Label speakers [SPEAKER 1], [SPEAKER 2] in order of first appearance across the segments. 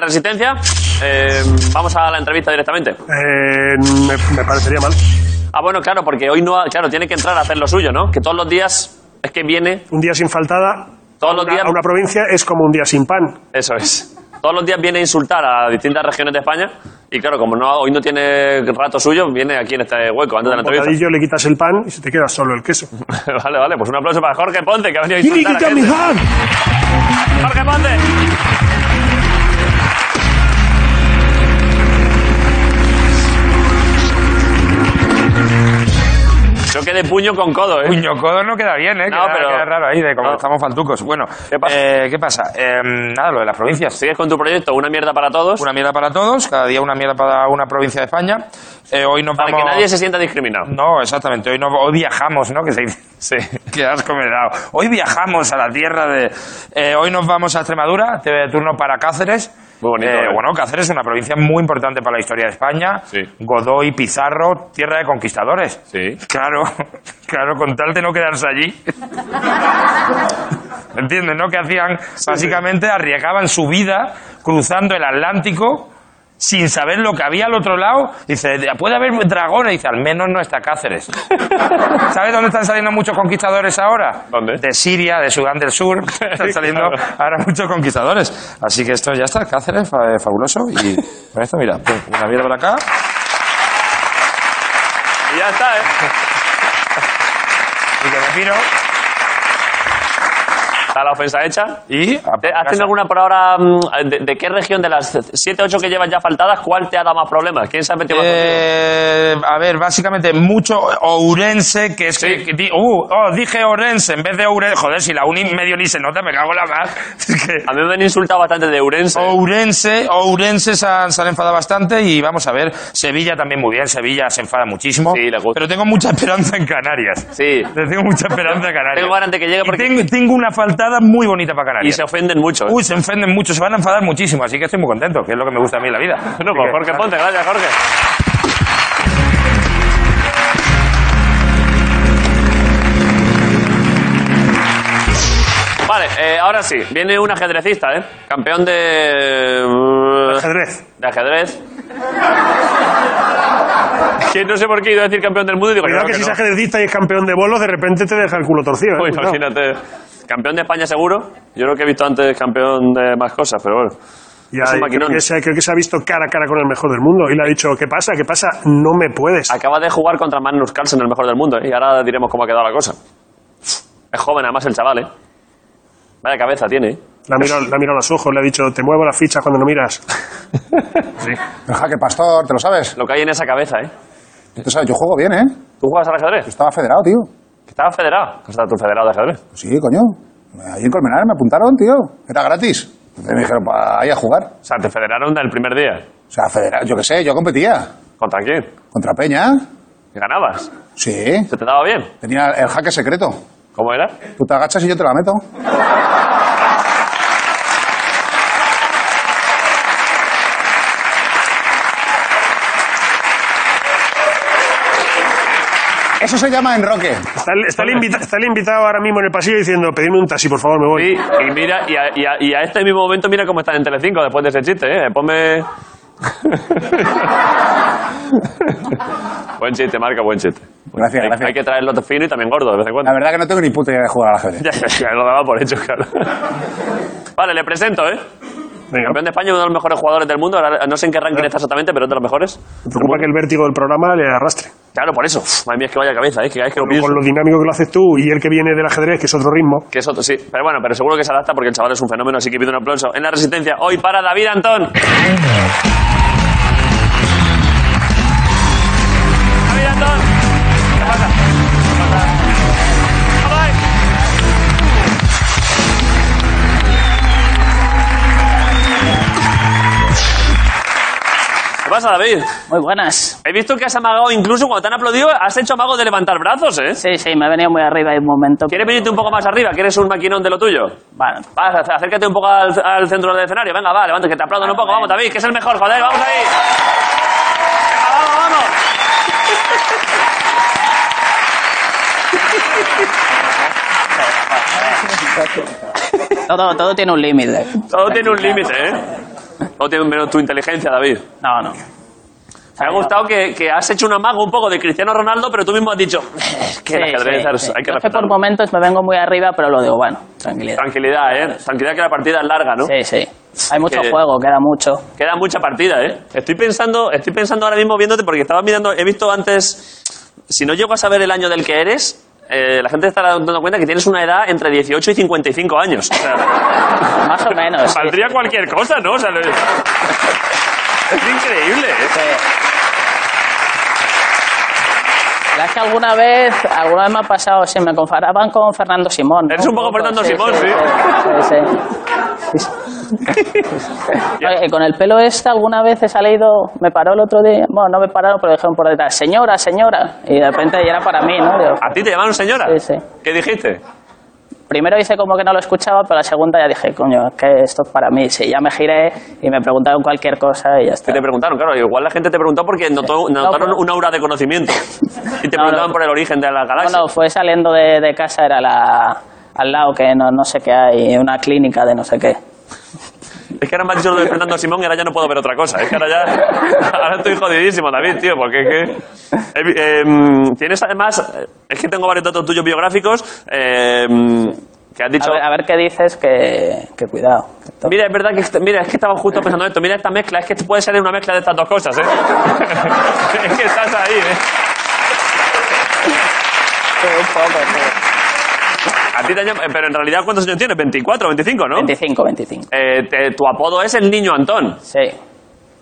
[SPEAKER 1] Resistencia. Eh, vamos a la entrevista directamente.
[SPEAKER 2] Eh, me, me parecería mal.
[SPEAKER 1] Ah, bueno, claro, porque hoy no. ha- Claro, tiene que entrar a hacer lo suyo, ¿no? Que todos los días es que viene.
[SPEAKER 2] Un día sin faltada
[SPEAKER 1] Todos los
[SPEAKER 2] a una-
[SPEAKER 1] días.
[SPEAKER 2] a una provincia es como un día sin pan.
[SPEAKER 1] Eso es. Todos los días viene a insultar a distintas regiones de España. Y claro, como no, hoy no tiene rato suyo, viene aquí en este hueco antes de la
[SPEAKER 2] Un
[SPEAKER 1] entrevista.
[SPEAKER 2] bocadillo le quitas el pan y se te queda solo el queso.
[SPEAKER 1] vale, vale, pues un aplauso para Jorge Ponte, que ha venido a insultar a gente. Jorge Ponte. Yo quedé puño con codo, ¿eh?
[SPEAKER 3] Puño codo no queda bien, ¿eh?
[SPEAKER 1] No,
[SPEAKER 3] queda,
[SPEAKER 1] pero-
[SPEAKER 3] queda raro ahí, de como
[SPEAKER 1] no.
[SPEAKER 3] estamos faltucos. Bueno,
[SPEAKER 1] ¿Qué pasa?
[SPEAKER 3] eh, ¿qué pasa? Eh, nada, lo de las provincias.
[SPEAKER 1] Sigues con tu proyecto, una mierda para todos,
[SPEAKER 3] Una mierda para todos, cada día una mierda para una provincia de España. Eh, hoy nos
[SPEAKER 1] para
[SPEAKER 3] vamos...
[SPEAKER 1] que nadie se sienta discriminado.
[SPEAKER 3] No, exactamente. Hoy, no, hoy viajamos, ¿no? Que se dice.
[SPEAKER 1] Sí.
[SPEAKER 3] Qué asco me he dado. Hoy viajamos a la tierra de. Eh, hoy nos vamos a Extremadura, te turno para Cáceres.
[SPEAKER 1] Muy bonito, ¿eh?
[SPEAKER 3] Bueno, Cáceres es una provincia muy importante para la historia de España.
[SPEAKER 1] Sí.
[SPEAKER 3] Godoy, Pizarro, tierra de conquistadores.
[SPEAKER 1] Sí.
[SPEAKER 3] Claro, claro, con tal de no quedarse allí. ¿Entiendes? ¿No? Que hacían, básicamente, arriesgaban su vida cruzando el Atlántico sin saber lo que había al otro lado. Dice, puede haber dragones. Dice, al menos no está Cáceres. ¿Sabes dónde están saliendo muchos conquistadores ahora?
[SPEAKER 1] ¿Dónde?
[SPEAKER 3] De Siria, de Sudán del Sur. Están saliendo
[SPEAKER 1] Claro.
[SPEAKER 3] ahora muchos conquistadores. Así que esto ya está, Cáceres, fa- eh, fabuloso. Y con esto, mira, pum, una mierda por acá.
[SPEAKER 1] Y ya está, ¿eh?
[SPEAKER 3] Y que me piro.
[SPEAKER 1] Está la ofensa hecha.
[SPEAKER 3] Y a
[SPEAKER 1] ¿Te-
[SPEAKER 3] por
[SPEAKER 1] ¿Has
[SPEAKER 3] casa.
[SPEAKER 1] tenido alguna por ahora mm, de, de qué región de las 7 8 que llevas ya faltadas, cuál te ha dado más problemas? ¿Quién se ha metido más contigo?
[SPEAKER 3] Eh, a ver, básicamente mucho Ourense, que es
[SPEAKER 1] Sí.
[SPEAKER 3] que- que di- uh, oh, dije Ourense en vez de Ourense. Joder, si la uni medio ni se nota, me cago en la mar. Es que-
[SPEAKER 1] A mí me han insultado bastante de Urense.
[SPEAKER 3] Oh. Ourense, Ourense se han, se han enfadado bastante y vamos a ver, Sevilla también muy bien, Sevilla se enfada muchísimo.
[SPEAKER 1] Sí, le gusta.
[SPEAKER 3] Pero tengo mucha esperanza en Canarias.
[SPEAKER 1] Sí.
[SPEAKER 3] Le tengo mucha esperanza a Canarias.
[SPEAKER 1] Tengo ganas de que llegue
[SPEAKER 3] Y
[SPEAKER 1] porque-
[SPEAKER 3] tengo, tengo una faltada muy bonita para
[SPEAKER 1] Y
[SPEAKER 3] Canarias.
[SPEAKER 1] se ofenden mucho. ¿eh?
[SPEAKER 3] Uy, se enfenden mucho, se van a enfadar muchísimo, así que estoy muy contento, que es lo que me gusta a mí en la vida.
[SPEAKER 1] Bueno,
[SPEAKER 3] Así
[SPEAKER 1] pues
[SPEAKER 3] que-
[SPEAKER 1] Jorge Ponte, gracias, Jorge. Vale, eh, ahora sí, viene un ajedrecista, ¿eh? Campeón de.
[SPEAKER 2] Ajedrez.
[SPEAKER 1] de ajedrez. Que no sé por qué he ido a decir campeón del mundo y digo,
[SPEAKER 2] Cuidado
[SPEAKER 1] claro
[SPEAKER 2] que,
[SPEAKER 1] que
[SPEAKER 2] si
[SPEAKER 1] no.
[SPEAKER 2] es ajedrecista y es campeón de bolos, de repente te deja el culo torcido. ¿eh?
[SPEAKER 1] Uy,
[SPEAKER 2] Cuidado.
[SPEAKER 1] imagínate. Campeón de España seguro. Yo creo que he visto antes campeón de más cosas, pero bueno.
[SPEAKER 2] Y
[SPEAKER 1] es un
[SPEAKER 2] ahí creo,
[SPEAKER 1] maquinón.
[SPEAKER 2] que se, creo que se ha visto cara a cara con el mejor del mundo y le ha dicho, ¿qué pasa? ¿Qué pasa? No me puedes.
[SPEAKER 1] Acaba de jugar contra Magnus Carlsen, el mejor del mundo, ¿eh? y ahora diremos cómo ha quedado la cosa. Es joven, además, el chaval, ¿eh? Vaya cabeza tiene, ¿eh?
[SPEAKER 2] La ha mirado, la ha mirado a los ojos, le ha dicho, te muevo las fichas cuando no miras.
[SPEAKER 4] Deja que pastor, te lo sabes.
[SPEAKER 1] Lo que hay en esa cabeza, ¿eh?
[SPEAKER 4] Tú sabes, yo juego bien, ¿eh?
[SPEAKER 1] ¿Tú juegas al ajedrez?
[SPEAKER 4] Estaba federado, tío.
[SPEAKER 1] Que Estaba federado. O sea, tu federado de ajedrez.
[SPEAKER 4] Pues sí, coño. Ahí en Colmenar me apuntaron, tío. Era gratis. Entonces me dijeron, "Pa, ahí a jugar.
[SPEAKER 1] O sea, te federaron del primer día.
[SPEAKER 4] O sea, federado, yo qué sé, yo competía.
[SPEAKER 1] ¿Contra quién?
[SPEAKER 4] Contra Peña.
[SPEAKER 1] ¿Ganabas?
[SPEAKER 4] Sí.
[SPEAKER 1] ¿Se te daba bien?
[SPEAKER 4] Tenía el jaque secreto.
[SPEAKER 1] ¿Cómo era?
[SPEAKER 4] Tú te agachas y yo te la meto. Eso se llama enroque.
[SPEAKER 2] Está el, está el invita- está el invitado ahora mismo en el pasillo diciendo, pedidme un taxi, por favor, me voy.
[SPEAKER 1] Sí, y mira, y a, y a- y a este mismo momento mira cómo están en Telecinco después de ese chiste, ¿eh? Ponme... buen chiste, Marca, buen chiste.
[SPEAKER 4] Gracias,
[SPEAKER 1] hay,
[SPEAKER 4] gracias.
[SPEAKER 1] hay que traerlo fino y también gordo de vez en cuando.
[SPEAKER 4] La verdad que no tengo ni puta idea de jugar al ajedrez.
[SPEAKER 1] Ya, ya, ya, lo daba por hecho, claro. Vale, le presento, ¿eh?
[SPEAKER 2] Venga,
[SPEAKER 1] Campeón de España, uno de los mejores jugadores del mundo. Ahora, no sé en qué ranking está exactamente, pero es de los mejores.
[SPEAKER 2] me preocupa que el vértigo del programa le arrastre.
[SPEAKER 1] Claro, por eso. Uf, madre mía, es que vaya cabeza, ¿eh? Que cada vez que lo pienso.
[SPEAKER 2] Con lo dinámico que lo haces tú y el que viene del ajedrez, que es otro ritmo.
[SPEAKER 1] Que es otro, sí. Pero bueno, pero seguro que se adapta porque el chaval es un fenómeno, así que pido un aplauso en la resistencia hoy para David Antón. David Antón. ¿Qué pasa? ¿Qué pasa? ¿Cómo vais? ¿Qué pasa, David?
[SPEAKER 5] Muy buenas.
[SPEAKER 1] He visto que has amagado, incluso cuando te han aplaudido, has hecho amago de levantar brazos, ¿eh?
[SPEAKER 5] Sí, sí, me ha venido muy arriba en un momento.
[SPEAKER 1] ¿Quieres venirte un poco más arriba, que eres un maquinón de lo tuyo?
[SPEAKER 5] Vale.
[SPEAKER 1] Vas, ac- acércate un poco al, al centro del escenario. Venga, va, levanta, que te aplaudan un poco. Vamos, David, que es el mejor, joder, vamos ahí. Venga, vamos, vamos.
[SPEAKER 5] Todo, todo tiene un límite.
[SPEAKER 1] Todo tiene un límite, ¿eh? Todo tiene menos tu inteligencia, David.
[SPEAKER 5] No, no.
[SPEAKER 1] Me ha gustado que, que has hecho un amago un poco de Cristiano Ronaldo, pero tú mismo has dicho "Es que el
[SPEAKER 5] Sí,
[SPEAKER 1] ajedrez
[SPEAKER 5] sí,
[SPEAKER 1] es-
[SPEAKER 5] sí.
[SPEAKER 1] hay que
[SPEAKER 5] Yo es que por
[SPEAKER 1] respetarlo".
[SPEAKER 5] momentos me vengo muy arriba, pero lo digo, bueno, tranquilidad.
[SPEAKER 1] Tranquilidad, ¿eh? Tranquilidad que la partida es larga, ¿no?
[SPEAKER 5] Sí, sí. Hay mucho
[SPEAKER 1] que-
[SPEAKER 5] juego, queda mucho.
[SPEAKER 1] Queda mucha partida, ¿eh? Estoy pensando, estoy pensando ahora mismo viéndote porque estaba mirando, he visto antes, si no llego a saber el año del que eres, eh, la gente estará dando cuenta que tienes una edad entre 18 y 55 años. O sea,
[SPEAKER 5] Más o menos. sí,
[SPEAKER 1] valdría cualquier cosa, ¿no? O sea, lo- es increíble, ¿eh?
[SPEAKER 5] sí. La verdad es que alguna vez, alguna vez me ha pasado, sí, me comparaban con Fernando Simón. ¿no?
[SPEAKER 1] Eres un poco Fernando Simón, sí.
[SPEAKER 5] Sí, sí. Sí, sí. Oye, y con el pelo este alguna vez he salido, me paró el otro día, bueno, no me pararon, pero dijeron por detrás, señora, señora, y de repente ya era para mí, ¿no? Digo,
[SPEAKER 1] ¿A ti te llamaron señora?
[SPEAKER 5] Sí, sí.
[SPEAKER 1] ¿Qué dijiste?
[SPEAKER 5] Primero hice como que no lo escuchaba, pero la segunda ya dije, coño, es que esto es para mí. Sí, ya me giré y me preguntaron cualquier cosa y ya
[SPEAKER 1] ¿Qué
[SPEAKER 5] está.
[SPEAKER 1] te preguntaron? Claro, igual la gente te preguntó porque notó-
[SPEAKER 5] No,
[SPEAKER 1] notaron
[SPEAKER 5] pero-
[SPEAKER 1] un aura de conocimiento. Y te
[SPEAKER 5] No,
[SPEAKER 1] preguntaban
[SPEAKER 5] no.
[SPEAKER 1] por el origen de la
[SPEAKER 5] No,
[SPEAKER 1] galaxia.
[SPEAKER 5] no, fue saliendo de, de casa, era la, al lado que no, no sé qué hay, una clínica de no sé qué.
[SPEAKER 1] Es que ahora me has dicho lo de Fernando Simón y ahora ya no puedo ver otra cosa. Es que ahora ya. Ahora estoy jodidísimo, David, tío, porque es que. Eh, eh, mm, tienes además. eh, Es que tengo varios datos tuyos biográficos. eh, mm, que has
[SPEAKER 5] A
[SPEAKER 1] dicho.
[SPEAKER 5] ver, a ver qué dices, que, que cuidado. que esto-
[SPEAKER 1] Mira, es verdad que est- mira, es que estaba justo pensando esto. Mira esta mezcla, es que puede ser una mezcla de estas dos cosas, ¿eh? es que estás ahí, ¿eh?
[SPEAKER 5] Sí, un poco, sí.
[SPEAKER 1] A ti te han llam- eh, Pero en realidad, ¿cuántos años tienes? ¿24, 25, no?
[SPEAKER 5] 25, 25.
[SPEAKER 1] Eh, te- tu apodo es el niño Antón.
[SPEAKER 5] Sí.
[SPEAKER 1] Eh.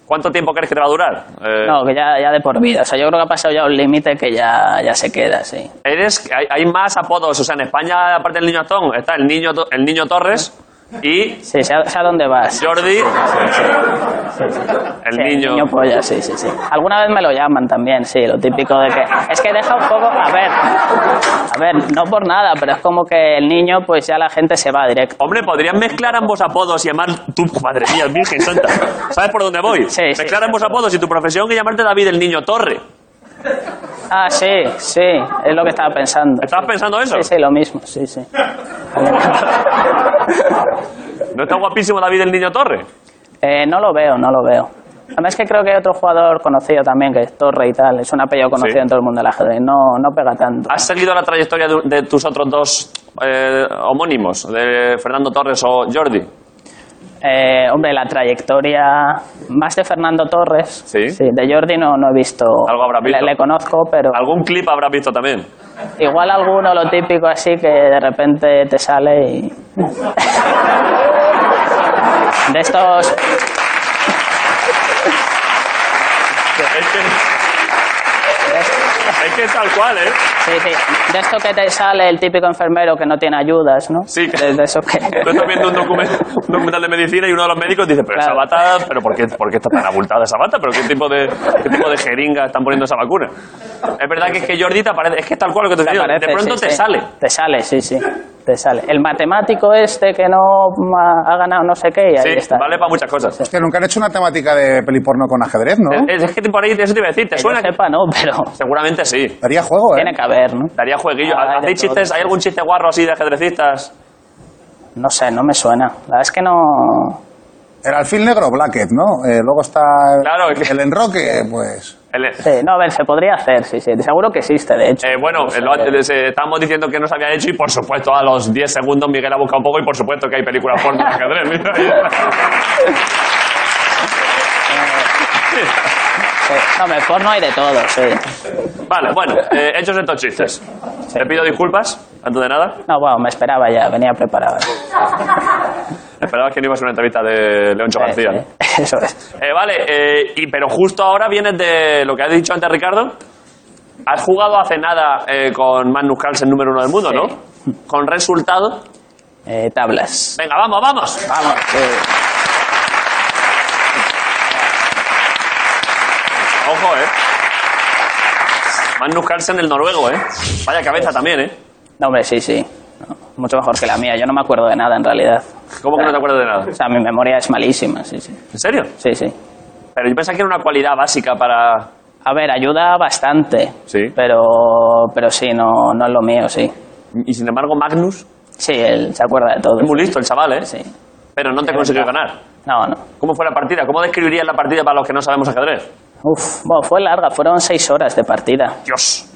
[SPEAKER 1] ¿Cuánto tiempo crees que te va a durar? Eh,
[SPEAKER 5] No, que ya, ya de por vida. O sea, yo creo que ha pasado ya un límite que ya, ya se queda, sí.
[SPEAKER 1] Eres, hay, hay más apodos, o sea, en España, aparte del niño Atón, está el niño, To- el niño Torres y
[SPEAKER 5] Sí, sé a, sé a dónde vas.
[SPEAKER 1] Jordi, el
[SPEAKER 5] Sí,
[SPEAKER 1] niño.
[SPEAKER 5] polla, sí, sí, sí. Alguna vez me lo llaman también, sí, lo típico de que... Es que deja un poco... A ver, a ver, no por nada, pero es como que el niño, pues ya la gente se va directo.
[SPEAKER 1] Hombre, podrían mezclar ambos apodos y llamar tu madre mía, Virgen Santa. ¿Sabes por dónde voy?
[SPEAKER 5] Sí, sí.
[SPEAKER 1] mezclar ambos apodos y tu profesión y llamarte David el niño Torre.
[SPEAKER 5] Ah, sí, sí, es lo que estaba pensando.
[SPEAKER 1] ¿Estabas pensando eso?
[SPEAKER 5] Sí, sí, lo mismo, sí, sí.
[SPEAKER 1] ¿No está guapísimo David el niño Torre?
[SPEAKER 5] Eh, no lo veo, no lo veo. Además que creo que hay otro jugador conocido también, que es Torre y tal, es un apellido conocido
[SPEAKER 1] Sí.
[SPEAKER 5] en todo el mundo del ajedrez, no, no pega tanto.
[SPEAKER 1] ¿Has seguido la trayectoria de, de tus otros dos eh, homónimos, de Fernando Torres o Jordi?
[SPEAKER 5] Eh, hombre, la trayectoria más de Fernando Torres,
[SPEAKER 1] Sí.
[SPEAKER 5] de Jordi no, no he visto.
[SPEAKER 1] Algo habrá visto.
[SPEAKER 5] Le, le conozco, pero
[SPEAKER 1] ¿Algún clip habrás visto también?
[SPEAKER 5] igual alguno lo típico así que de repente te sale y... de estos...
[SPEAKER 1] Es que, es que es tal cual, ¿eh?
[SPEAKER 5] Sí, sí, de esto que te sale el típico enfermero que no tiene ayudas, ¿no?
[SPEAKER 1] Sí.
[SPEAKER 5] De, de eso que...
[SPEAKER 1] Yo estoy viendo un documental, un documental de medicina y uno de los médicos dice, pero
[SPEAKER 5] Claro.
[SPEAKER 1] esa bata, pero por qué, ¿por qué está tan abultada esa bata? ¿Pero qué tipo de, qué tipo de jeringa están poniendo esa vacuna? Es verdad que es que Jordi te aparece, es que es tal cual lo que te,
[SPEAKER 5] Te
[SPEAKER 1] he dicho,
[SPEAKER 5] aparece,
[SPEAKER 1] de pronto
[SPEAKER 5] sí,
[SPEAKER 1] te
[SPEAKER 5] sí.
[SPEAKER 1] sale.
[SPEAKER 5] Te sale, sí, sí. Te sale. El matemático este que no ha, ha ganado no sé qué y ahí
[SPEAKER 1] Sí,
[SPEAKER 5] está.
[SPEAKER 1] vale para muchas cosas.
[SPEAKER 4] Hostia, nunca han hecho una temática de peli porno con ajedrez, ¿no?
[SPEAKER 1] Es, es que por ahí eso te iba a decir, ¿te
[SPEAKER 5] Que yo
[SPEAKER 1] suena? que-
[SPEAKER 5] sepa, no, pero
[SPEAKER 1] Seguramente sí.
[SPEAKER 4] Daría juego, ¿eh?
[SPEAKER 5] tiene que haber, ¿no?
[SPEAKER 1] Daría jueguillo.
[SPEAKER 5] Ah,
[SPEAKER 1] ¿Hacéis
[SPEAKER 5] de todo,
[SPEAKER 1] chistes? ¿Hay
[SPEAKER 5] sí.
[SPEAKER 1] algún chiste guarro así de ajedrecistas?
[SPEAKER 5] No sé, no me suena. La verdad es que no.
[SPEAKER 4] El alfil negro, Blackett, ¿no? Eh, luego está
[SPEAKER 1] Claro,
[SPEAKER 4] el,
[SPEAKER 1] que-
[SPEAKER 4] el enroque, pues...
[SPEAKER 1] El-
[SPEAKER 5] Sí, no, a ver, se podría hacer, sí, sí. Seguro que existe, de hecho.
[SPEAKER 1] Eh, bueno, eh, lo- eh, se- estábamos diciendo que no se había hecho y por supuesto a los 10 segundos Miguel ha buscado un poco y por supuesto que hay películas porno de ajedrez. Mira, mira.
[SPEAKER 5] Sí. No, me porno hay de todo, sí.
[SPEAKER 1] Vale, bueno, eh, hechos estos chistes. Te pido disculpas, antes de nada.
[SPEAKER 5] No, bueno, me esperaba ya, venía preparada.
[SPEAKER 1] Esperaba que no ibas a una entrevista de Leoncho
[SPEAKER 5] Sí,
[SPEAKER 1] García.
[SPEAKER 5] sí. Eso es.
[SPEAKER 1] Eh, vale, eh, y, pero justo ahora vienes de lo que has dicho antes, Ricardo. Has jugado hace nada eh, con Magnus Carlsen, número uno del mundo,
[SPEAKER 5] Sí.
[SPEAKER 1] ¿no? Con resultado.
[SPEAKER 5] Eh, tablas.
[SPEAKER 1] Venga, vamos, vamos.
[SPEAKER 5] Vamos. sí.
[SPEAKER 1] Ojo, eh. Magnus Carlsen, el noruego, eh. Vaya cabeza también, eh.
[SPEAKER 5] No, hombre, sí, sí. No, mucho mejor que la mía. Yo no me acuerdo de nada, en realidad.
[SPEAKER 1] ¿Cómo que no te acuerdas de nada?
[SPEAKER 5] O sea, mi memoria es malísima, sí, sí.
[SPEAKER 1] ¿En serio?
[SPEAKER 5] Sí, sí.
[SPEAKER 1] Pero yo pensaba que era una cualidad básica para.
[SPEAKER 5] A ver, ayuda bastante.
[SPEAKER 1] Sí.
[SPEAKER 5] Pero, pero sí, no, no es lo mío, sí.
[SPEAKER 1] Y sin embargo, Magnus.
[SPEAKER 5] Sí, él se acuerda de todo.
[SPEAKER 1] Es muy listo el chaval, eh.
[SPEAKER 5] Sí.
[SPEAKER 1] pero no te consiguió ganar.
[SPEAKER 5] No, no.
[SPEAKER 1] ¿Cómo fue la partida? ¿Cómo describirías la partida para los que no sabemos ajedrez?
[SPEAKER 5] Uf, bueno, fue larga, fueron seis horas de partida.
[SPEAKER 1] Dios.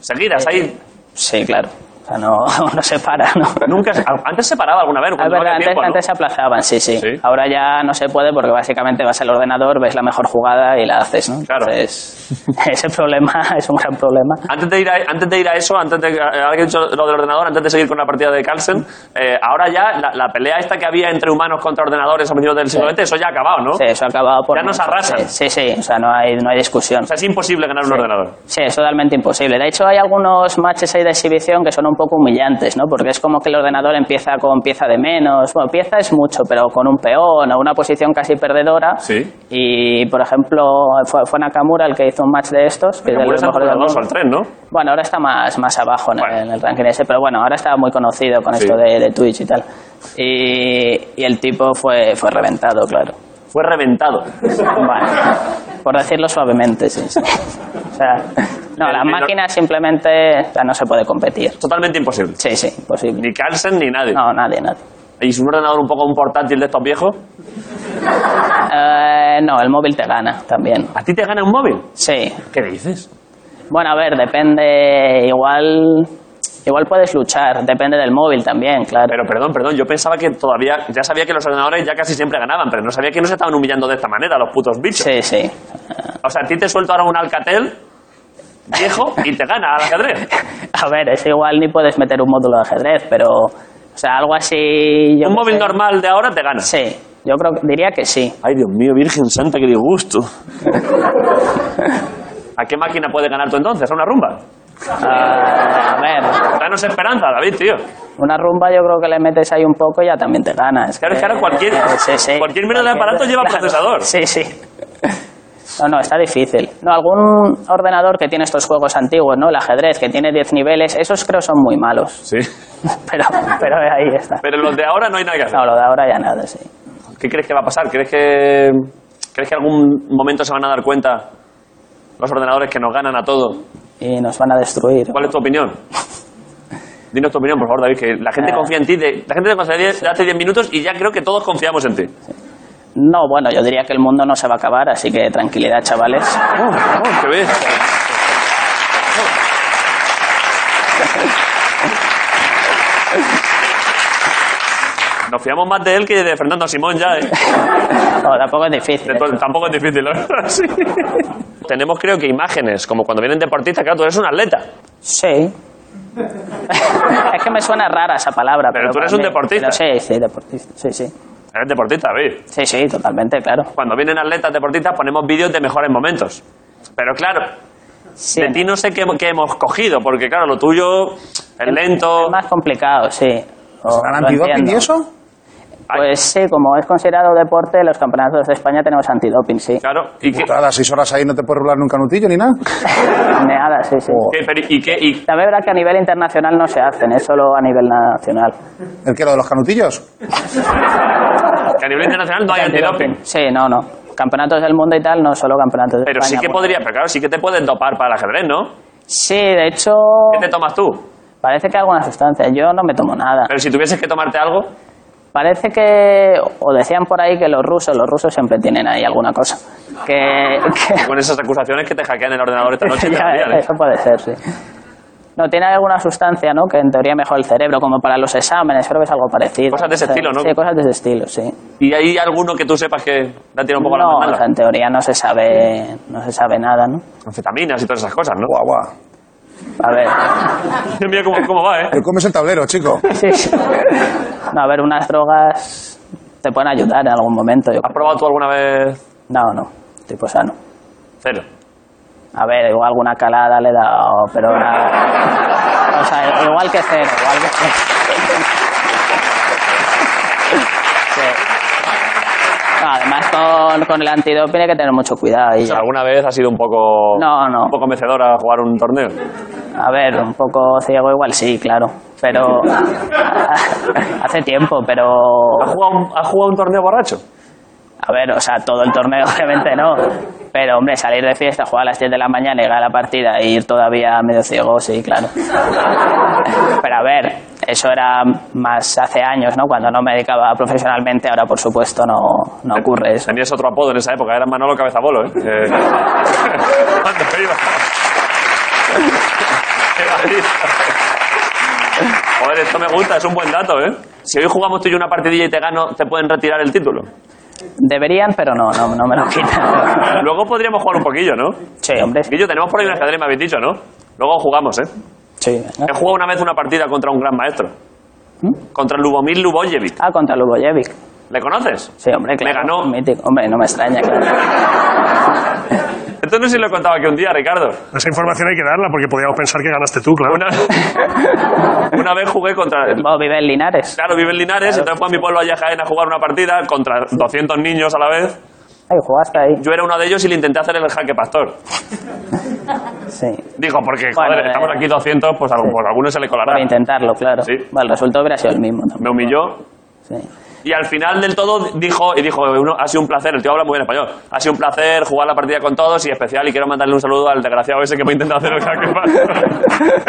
[SPEAKER 1] Seguidas, ahí.
[SPEAKER 5] Sí, claro. O sea, no, no se para, ¿no?
[SPEAKER 1] Nunca. se- Antes se paraba alguna vez.
[SPEAKER 5] Ah, Es
[SPEAKER 1] cuando no
[SPEAKER 5] verdad,
[SPEAKER 1] había
[SPEAKER 5] antes,
[SPEAKER 1] tiempo, ¿no?
[SPEAKER 5] antes se aplazaban, sí, sí,
[SPEAKER 1] Sí.
[SPEAKER 5] Ahora ya no se puede porque básicamente vas al ordenador, ves la mejor jugada y la haces, ¿no?
[SPEAKER 1] Claro. Ah,
[SPEAKER 5] Entonces, ese problema es un gran problema.
[SPEAKER 1] Antes de, ir a, antes de ir a eso, antes de eh, ahora que he dicho lo del ordenador, antes de seguir con la partida de Carlsen, eh, ahora ya la, la pelea esta que había entre humanos contra ordenadores a principios del siglo XX, eso ya ha acabado, ¿no?
[SPEAKER 5] Sí, eso ha acabado por...
[SPEAKER 1] Ya nos
[SPEAKER 5] mucho.
[SPEAKER 1] arrasan.
[SPEAKER 5] Sí, sí, sí, o sea, no hay, no hay discusión.
[SPEAKER 1] O sea, es imposible ganar un ordenador.
[SPEAKER 5] Sí, es totalmente imposible. De hecho, hay algunos matches ahí de exhibición que son un poco humillantes, ¿no? Porque es como que el ordenador empieza con pieza de menos. Bueno, pieza es mucho, pero con un peón o una posición casi perdedora.
[SPEAKER 1] Sí.
[SPEAKER 5] Y, por ejemplo, fue, fue Nakamura el que hizo un match de estos. Que es de
[SPEAKER 1] Como
[SPEAKER 5] los
[SPEAKER 1] es el
[SPEAKER 5] mejores del
[SPEAKER 1] ordenador o
[SPEAKER 5] mundo.
[SPEAKER 1] al tren, ¿no?
[SPEAKER 5] Bueno, ahora está más, más abajo en,
[SPEAKER 1] Bueno.
[SPEAKER 5] el, en el ranking ese, pero bueno, ahora está muy conocido con
[SPEAKER 1] Sí.
[SPEAKER 5] esto de, de Twitch y tal. Y, y el tipo fue, fue reventado, claro.
[SPEAKER 1] Fue reventado.
[SPEAKER 5] Bueno, por decirlo suavemente, sí. sí. O sea, no,
[SPEAKER 1] El-
[SPEAKER 5] las
[SPEAKER 1] el-
[SPEAKER 5] máquinas simplemente o sea, no se puede competir.
[SPEAKER 1] Totalmente imposible.
[SPEAKER 5] Sí, sí, imposible.
[SPEAKER 1] Ni Carlsen ni nadie.
[SPEAKER 5] No, nadie, nadie.
[SPEAKER 1] ¿Y si un ordenador un poco un portátil de estos viejos?
[SPEAKER 5] Eh, no, el móvil te gana también.
[SPEAKER 1] ¿A ti te gana un móvil?
[SPEAKER 5] Sí.
[SPEAKER 1] ¿Qué dices?
[SPEAKER 5] Bueno, a ver, depende. Igual, igual puedes luchar, depende del móvil también, claro.
[SPEAKER 1] Pero perdón, perdón, yo pensaba que todavía, ya sabía que los ordenadores ya casi siempre ganaban, pero no sabía que no se estaban humillando de esta manera los putos bichos.
[SPEAKER 5] Sí, sí.
[SPEAKER 1] O sea, a ti te suelto ahora un Alcatel viejo y te gana al ajedrez.
[SPEAKER 5] A ver, es igual ni puedes meter un módulo de ajedrez, pero. O sea, algo así. yo
[SPEAKER 1] Un
[SPEAKER 5] qué
[SPEAKER 1] móvil
[SPEAKER 5] sé.
[SPEAKER 1] normal de ahora te gana.
[SPEAKER 5] Sí, yo creo, diría que sí.
[SPEAKER 1] Ay, Dios mío, Virgen Santa, qué disgusto. ¿A qué máquina puede ganar tú entonces? ¿A una rumba?
[SPEAKER 5] Ah, a ver,
[SPEAKER 1] Danos esperanza, David, tío.
[SPEAKER 5] una rumba yo creo que le metes ahí un poco y ya también te ganas.
[SPEAKER 1] Claro, es que ahora cualquier-
[SPEAKER 5] eh,
[SPEAKER 1] cualquier mierda de aparato lleva procesador.
[SPEAKER 5] Sí, sí. No, no, está difícil. No, algún ordenador que tiene estos juegos antiguos, ¿no? El ajedrez, que tiene 10 niveles, esos creo son muy malos.
[SPEAKER 1] Sí.
[SPEAKER 5] Pero, pero ahí está.
[SPEAKER 1] Pero los de ahora no hay nada que hacer.
[SPEAKER 5] No, lo de ahora ya nada, sí.
[SPEAKER 1] ¿Qué crees que va a pasar? ¿Crees que crees que algún momento se van a dar cuenta los ordenadores que nos ganan a todo?
[SPEAKER 5] Y nos van a destruir.
[SPEAKER 1] ¿Cuál es tu opinión? Dinos tu opinión, por favor, David, que la gente
[SPEAKER 5] Ah.
[SPEAKER 1] confía en ti. de- la gente te conoce de hace 10 minutos y ya creo que todos confiamos en ti.
[SPEAKER 5] No, bueno, yo diría que el mundo no se va a acabar, así que tranquilidad, chavales.
[SPEAKER 1] Oh, qué bien. Nos fiamos más de él que de Fernando Simón ya, ¿eh?
[SPEAKER 5] No, tampoco es difícil. ¿eh?
[SPEAKER 1] De to- Tampoco es difícil, la verdad, sí. Tenemos, creo que, imágenes, como cuando vienen deportistas, claro, tú eres un atleta.
[SPEAKER 5] Sí. es que me suena rara esa palabra.
[SPEAKER 1] Pero
[SPEAKER 5] Pero,
[SPEAKER 1] tú eres
[SPEAKER 5] para
[SPEAKER 1] un
[SPEAKER 5] mí-
[SPEAKER 1] deportista.
[SPEAKER 5] pero sí, sí, deportista. Sí, sí.
[SPEAKER 1] Eres deportista, David.
[SPEAKER 5] Sí, sí, totalmente, claro.
[SPEAKER 1] Cuando vienen atletas, deportistas, ponemos vídeos de mejores momentos. Pero claro,
[SPEAKER 5] Sí,
[SPEAKER 1] de ti no sé qué, qué hemos cogido, porque claro, lo tuyo es lento.
[SPEAKER 5] Es más complicado, sí. O-
[SPEAKER 4] ¿Serán
[SPEAKER 5] lo
[SPEAKER 4] antidoping
[SPEAKER 5] entiendo.
[SPEAKER 4] y eso?
[SPEAKER 5] Pues sí, como es considerado deporte, los campeonatos de España tenemos antidoping, sí.
[SPEAKER 1] Claro, ¿y qué,
[SPEAKER 4] Todas las seis horas ahí no te puedes rolar nunca un canutillo ni nada.
[SPEAKER 5] Nada, sí, sí.
[SPEAKER 4] Joder.
[SPEAKER 1] qué- pero y qué- y-
[SPEAKER 5] También es verdad que a nivel internacional no se hacen, es solo a nivel nacional.
[SPEAKER 4] ¿El qué, lo de los canutillos?
[SPEAKER 1] que a nivel internacional no hay antidoping.
[SPEAKER 5] Sí, no, no. Campeonatos del mundo y tal, no solo campeonatos de
[SPEAKER 1] Pero sí
[SPEAKER 5] España.
[SPEAKER 1] que
[SPEAKER 5] bueno.
[SPEAKER 1] podría, pero claro, sí que te pueden dopar para el ajedrez, ¿no?
[SPEAKER 5] Sí, de hecho,
[SPEAKER 1] ¿Qué te tomas tú?
[SPEAKER 5] parece que alguna sustancia. Yo no me tomo nada.
[SPEAKER 1] Pero si tuvieses que tomarte algo,
[SPEAKER 5] Parece que, o decían por ahí que los rusos, los rusos siempre tienen ahí alguna cosa. Que, que-
[SPEAKER 1] con esas acusaciones que te hackean el ordenador esta noche, te
[SPEAKER 5] ya,
[SPEAKER 1] hackean, ¿eh?
[SPEAKER 5] eso puede ser, sí. No, tiene alguna sustancia, ¿no? Que en teoría mejora el cerebro, como para los exámenes, creo que es algo parecido.
[SPEAKER 1] Cosas de ese
[SPEAKER 5] O sea,
[SPEAKER 1] estilo, ¿no?
[SPEAKER 5] Sí, cosas de ese estilo, sí.
[SPEAKER 1] ¿Y hay alguno que tú sepas que te ha tirado un poco
[SPEAKER 5] no,
[SPEAKER 1] la
[SPEAKER 5] o sea,
[SPEAKER 1] mano?
[SPEAKER 5] en teoría no se sabe, no se sabe nada, ¿no?
[SPEAKER 1] Anfetaminas y todas esas cosas, ¿no?
[SPEAKER 4] Guau, guau.
[SPEAKER 5] A ver,
[SPEAKER 1] Mira cómo, cómo va, ¿eh?
[SPEAKER 4] Te comes el tablero, chico.
[SPEAKER 5] sí, sí. No, a ver, unas drogas te pueden ayudar en algún momento. Yo
[SPEAKER 1] ¿Has
[SPEAKER 5] creo.
[SPEAKER 1] probado tú alguna vez
[SPEAKER 5] No, no, tipo sano.
[SPEAKER 1] cero?
[SPEAKER 5] A ver, igual alguna calada le he dado, pero nada. O sea, igual que cero, igual que cero. Sí. No, además, con, con el antidoping hay que tener mucho cuidado. ahí
[SPEAKER 1] O sea,
[SPEAKER 5] ya.
[SPEAKER 1] ¿Alguna vez ha sido un poco,
[SPEAKER 5] No, no.
[SPEAKER 1] un poco mecedora a jugar un torneo?
[SPEAKER 5] A ver, un poco ciego igual sí, claro. Pero hace tiempo, pero...
[SPEAKER 1] ¿Has jugado un, has jugado un torneo borracho?
[SPEAKER 5] A ver, o sea, todo el torneo obviamente no. Pero, hombre, salir de fiesta, jugar a las 10 de la mañana, llegar a la partida e ir todavía medio ciego, sí, claro. Pero a ver, Eso era más hace años, ¿no? Cuando no me dedicaba profesionalmente, ahora por supuesto no, no ocurre eso.
[SPEAKER 1] Tenías otro apodo en esa época, era Manolo Cabezabolo, ¿eh? Eh, Cuando iba. Qué maldito. Joder, esto me gusta, es un buen dato, ¿eh? Si hoy jugamos tú y yo una partidilla y te gano, te pueden retirar el título.
[SPEAKER 5] Deberían, pero no, no, no me lo quitan.
[SPEAKER 1] Luego podríamos jugar un poquillo, ¿no?
[SPEAKER 5] Sí, hombre.
[SPEAKER 1] Guillo, tenemos por ahí un ajedrez, me habéis dicho, ¿no? Luego jugamos, ¿eh?
[SPEAKER 5] Sí, venga.
[SPEAKER 1] He jugado una vez una partida contra un gran maestro.
[SPEAKER 5] ¿Mm?
[SPEAKER 1] Contra Lubomir Lubojevic.
[SPEAKER 5] Ah, contra Lubojevic.
[SPEAKER 1] ¿Le conoces?
[SPEAKER 5] Sí, hombre, claro.
[SPEAKER 1] ganó.
[SPEAKER 5] Mítico. Hombre, no me extraña, claro.
[SPEAKER 1] Esto no sé si lo he contado aquí un día, Ricardo.
[SPEAKER 2] Esa información hay que darla porque podíamos pensar que ganaste tú, claro.
[SPEAKER 1] Una, una vez jugué contra...
[SPEAKER 5] Bueno, vive en Linares.
[SPEAKER 1] Claro, vive en Linares, entonces fue a mi pueblo allá a Jaén a jugar una partida contra 200 niños a la vez.
[SPEAKER 5] Ahí jugaste ahí.
[SPEAKER 1] Yo era uno de ellos y le intenté hacer el jaque pastor.
[SPEAKER 5] Sí.
[SPEAKER 1] Digo, porque,
[SPEAKER 5] Bueno,
[SPEAKER 1] joder,
[SPEAKER 5] eh,
[SPEAKER 1] estamos aquí 200, pues a, lo- pues a alguno se le
[SPEAKER 5] Para
[SPEAKER 1] colará.
[SPEAKER 5] intentarlo, claro.
[SPEAKER 1] Sí.
[SPEAKER 5] Vale, el resultado hubiera sido el mismo. tampoco.
[SPEAKER 1] Me humilló,
[SPEAKER 5] Sí.
[SPEAKER 1] Y al final del todo dijo, y dijo "Uno, ha sido un placer, el tío habla muy bien español, ha sido un placer jugar la partida con todos y especial y quiero mandarle un saludo al desgraciado ese que me ha intentado hacer el jaque mate".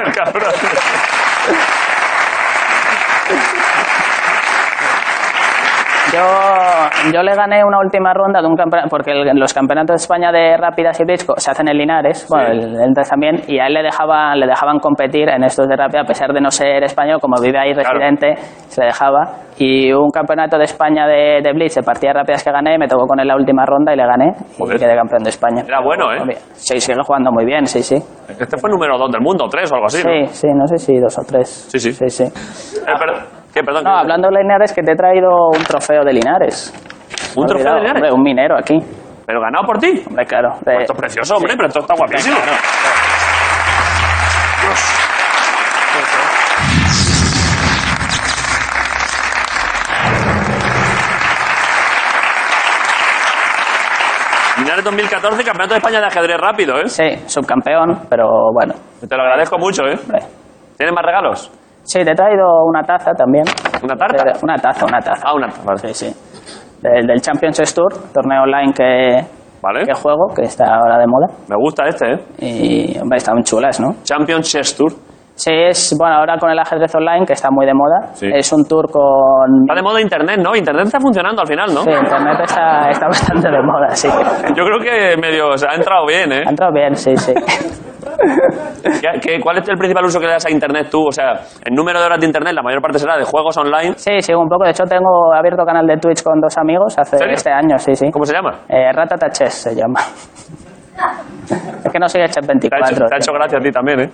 [SPEAKER 1] El cabrón.
[SPEAKER 5] Yo, yo le gané una última ronda de un campeonato, porque el- los campeonatos de España de rápidas y brisco se hacen en Linares, bueno, el, el de también, y a él le dejaban, le dejaban competir en estos de rápida, a pesar de no ser español, como vive ahí
[SPEAKER 1] Claro.
[SPEAKER 5] residente, se le dejaba. Y un campeonato de España de, de blitz, de partidas rápidas que gané, me tocó con él la última ronda y le gané,
[SPEAKER 1] Joder.
[SPEAKER 5] y quedé campeón de España.
[SPEAKER 1] Era bueno, ¿eh?
[SPEAKER 5] Sí, sigue jugando muy bien, sí, sí.
[SPEAKER 1] Este fue número 2 del mundo, 3 o algo así. ¿no?
[SPEAKER 5] Sí, sí, no sé si dos o tres.
[SPEAKER 1] Sí, sí.
[SPEAKER 5] sí, sí.
[SPEAKER 1] Eh, per- ¿qué, perdón?
[SPEAKER 5] No,
[SPEAKER 1] ¿qué?
[SPEAKER 5] hablando de Linares, que te he traído un trofeo de Linares.
[SPEAKER 1] ¿Un
[SPEAKER 5] Me
[SPEAKER 1] trofeo
[SPEAKER 5] he
[SPEAKER 1] de
[SPEAKER 5] olvidado,
[SPEAKER 1] Linares?
[SPEAKER 5] hombre, un minero aquí.
[SPEAKER 1] ¿Pero ganado por ti?
[SPEAKER 5] Hombre, claro. de-
[SPEAKER 1] Esto es precioso, hombre, pero esto está guapísimo. Linares 2014, Campeonato de España de ajedrez rápido, ¿eh?
[SPEAKER 5] Sí, subcampeón, pero bueno.
[SPEAKER 1] Te lo agradezco mucho, ¿eh?
[SPEAKER 5] hombre.
[SPEAKER 1] ¿Tienes más regalos?
[SPEAKER 5] Sí, te he traído una taza también.
[SPEAKER 1] ¿Una tarta?
[SPEAKER 5] De- Una taza, una taza.
[SPEAKER 1] Ah, una taza.
[SPEAKER 5] Sí, sí. Del, del Champions Tour, torneo online que,
[SPEAKER 1] Vale.
[SPEAKER 5] que juego, que está ahora de moda.
[SPEAKER 1] Me gusta este, ¿eh?
[SPEAKER 5] Y, hombre, están chulas, ¿no?
[SPEAKER 1] Champion Chess Tour.
[SPEAKER 5] Sí, es, bueno, ahora con el ajedrez online, que está muy de moda.
[SPEAKER 1] Sí.
[SPEAKER 5] Es un tour con...
[SPEAKER 1] Está de moda Internet, ¿no? Internet está funcionando al final, ¿no?
[SPEAKER 5] Sí, internet está, está bastante de moda, sí. Ha
[SPEAKER 1] Yo creo que medio o sea, ha entrado bien, ¿eh?
[SPEAKER 5] entrado bien, sí, sí.
[SPEAKER 1] ¿Qué- qué- cuál es el principal uso que le das a Internet tú? O sea, el número de horas de Internet, la mayor parte será de juegos online.
[SPEAKER 5] Sí, sí, un poco. De hecho, tengo abierto canal de Twitch con dos amigos hace
[SPEAKER 1] ¿Serio?
[SPEAKER 5] este año, sí, sí.
[SPEAKER 1] ¿Cómo se llama?
[SPEAKER 5] Eh, Ratata Chess se llama. es que no sigue Chess
[SPEAKER 1] Te ha, hecho,
[SPEAKER 5] 24.
[SPEAKER 1] te ha hecho gracia a ti también, ¿eh?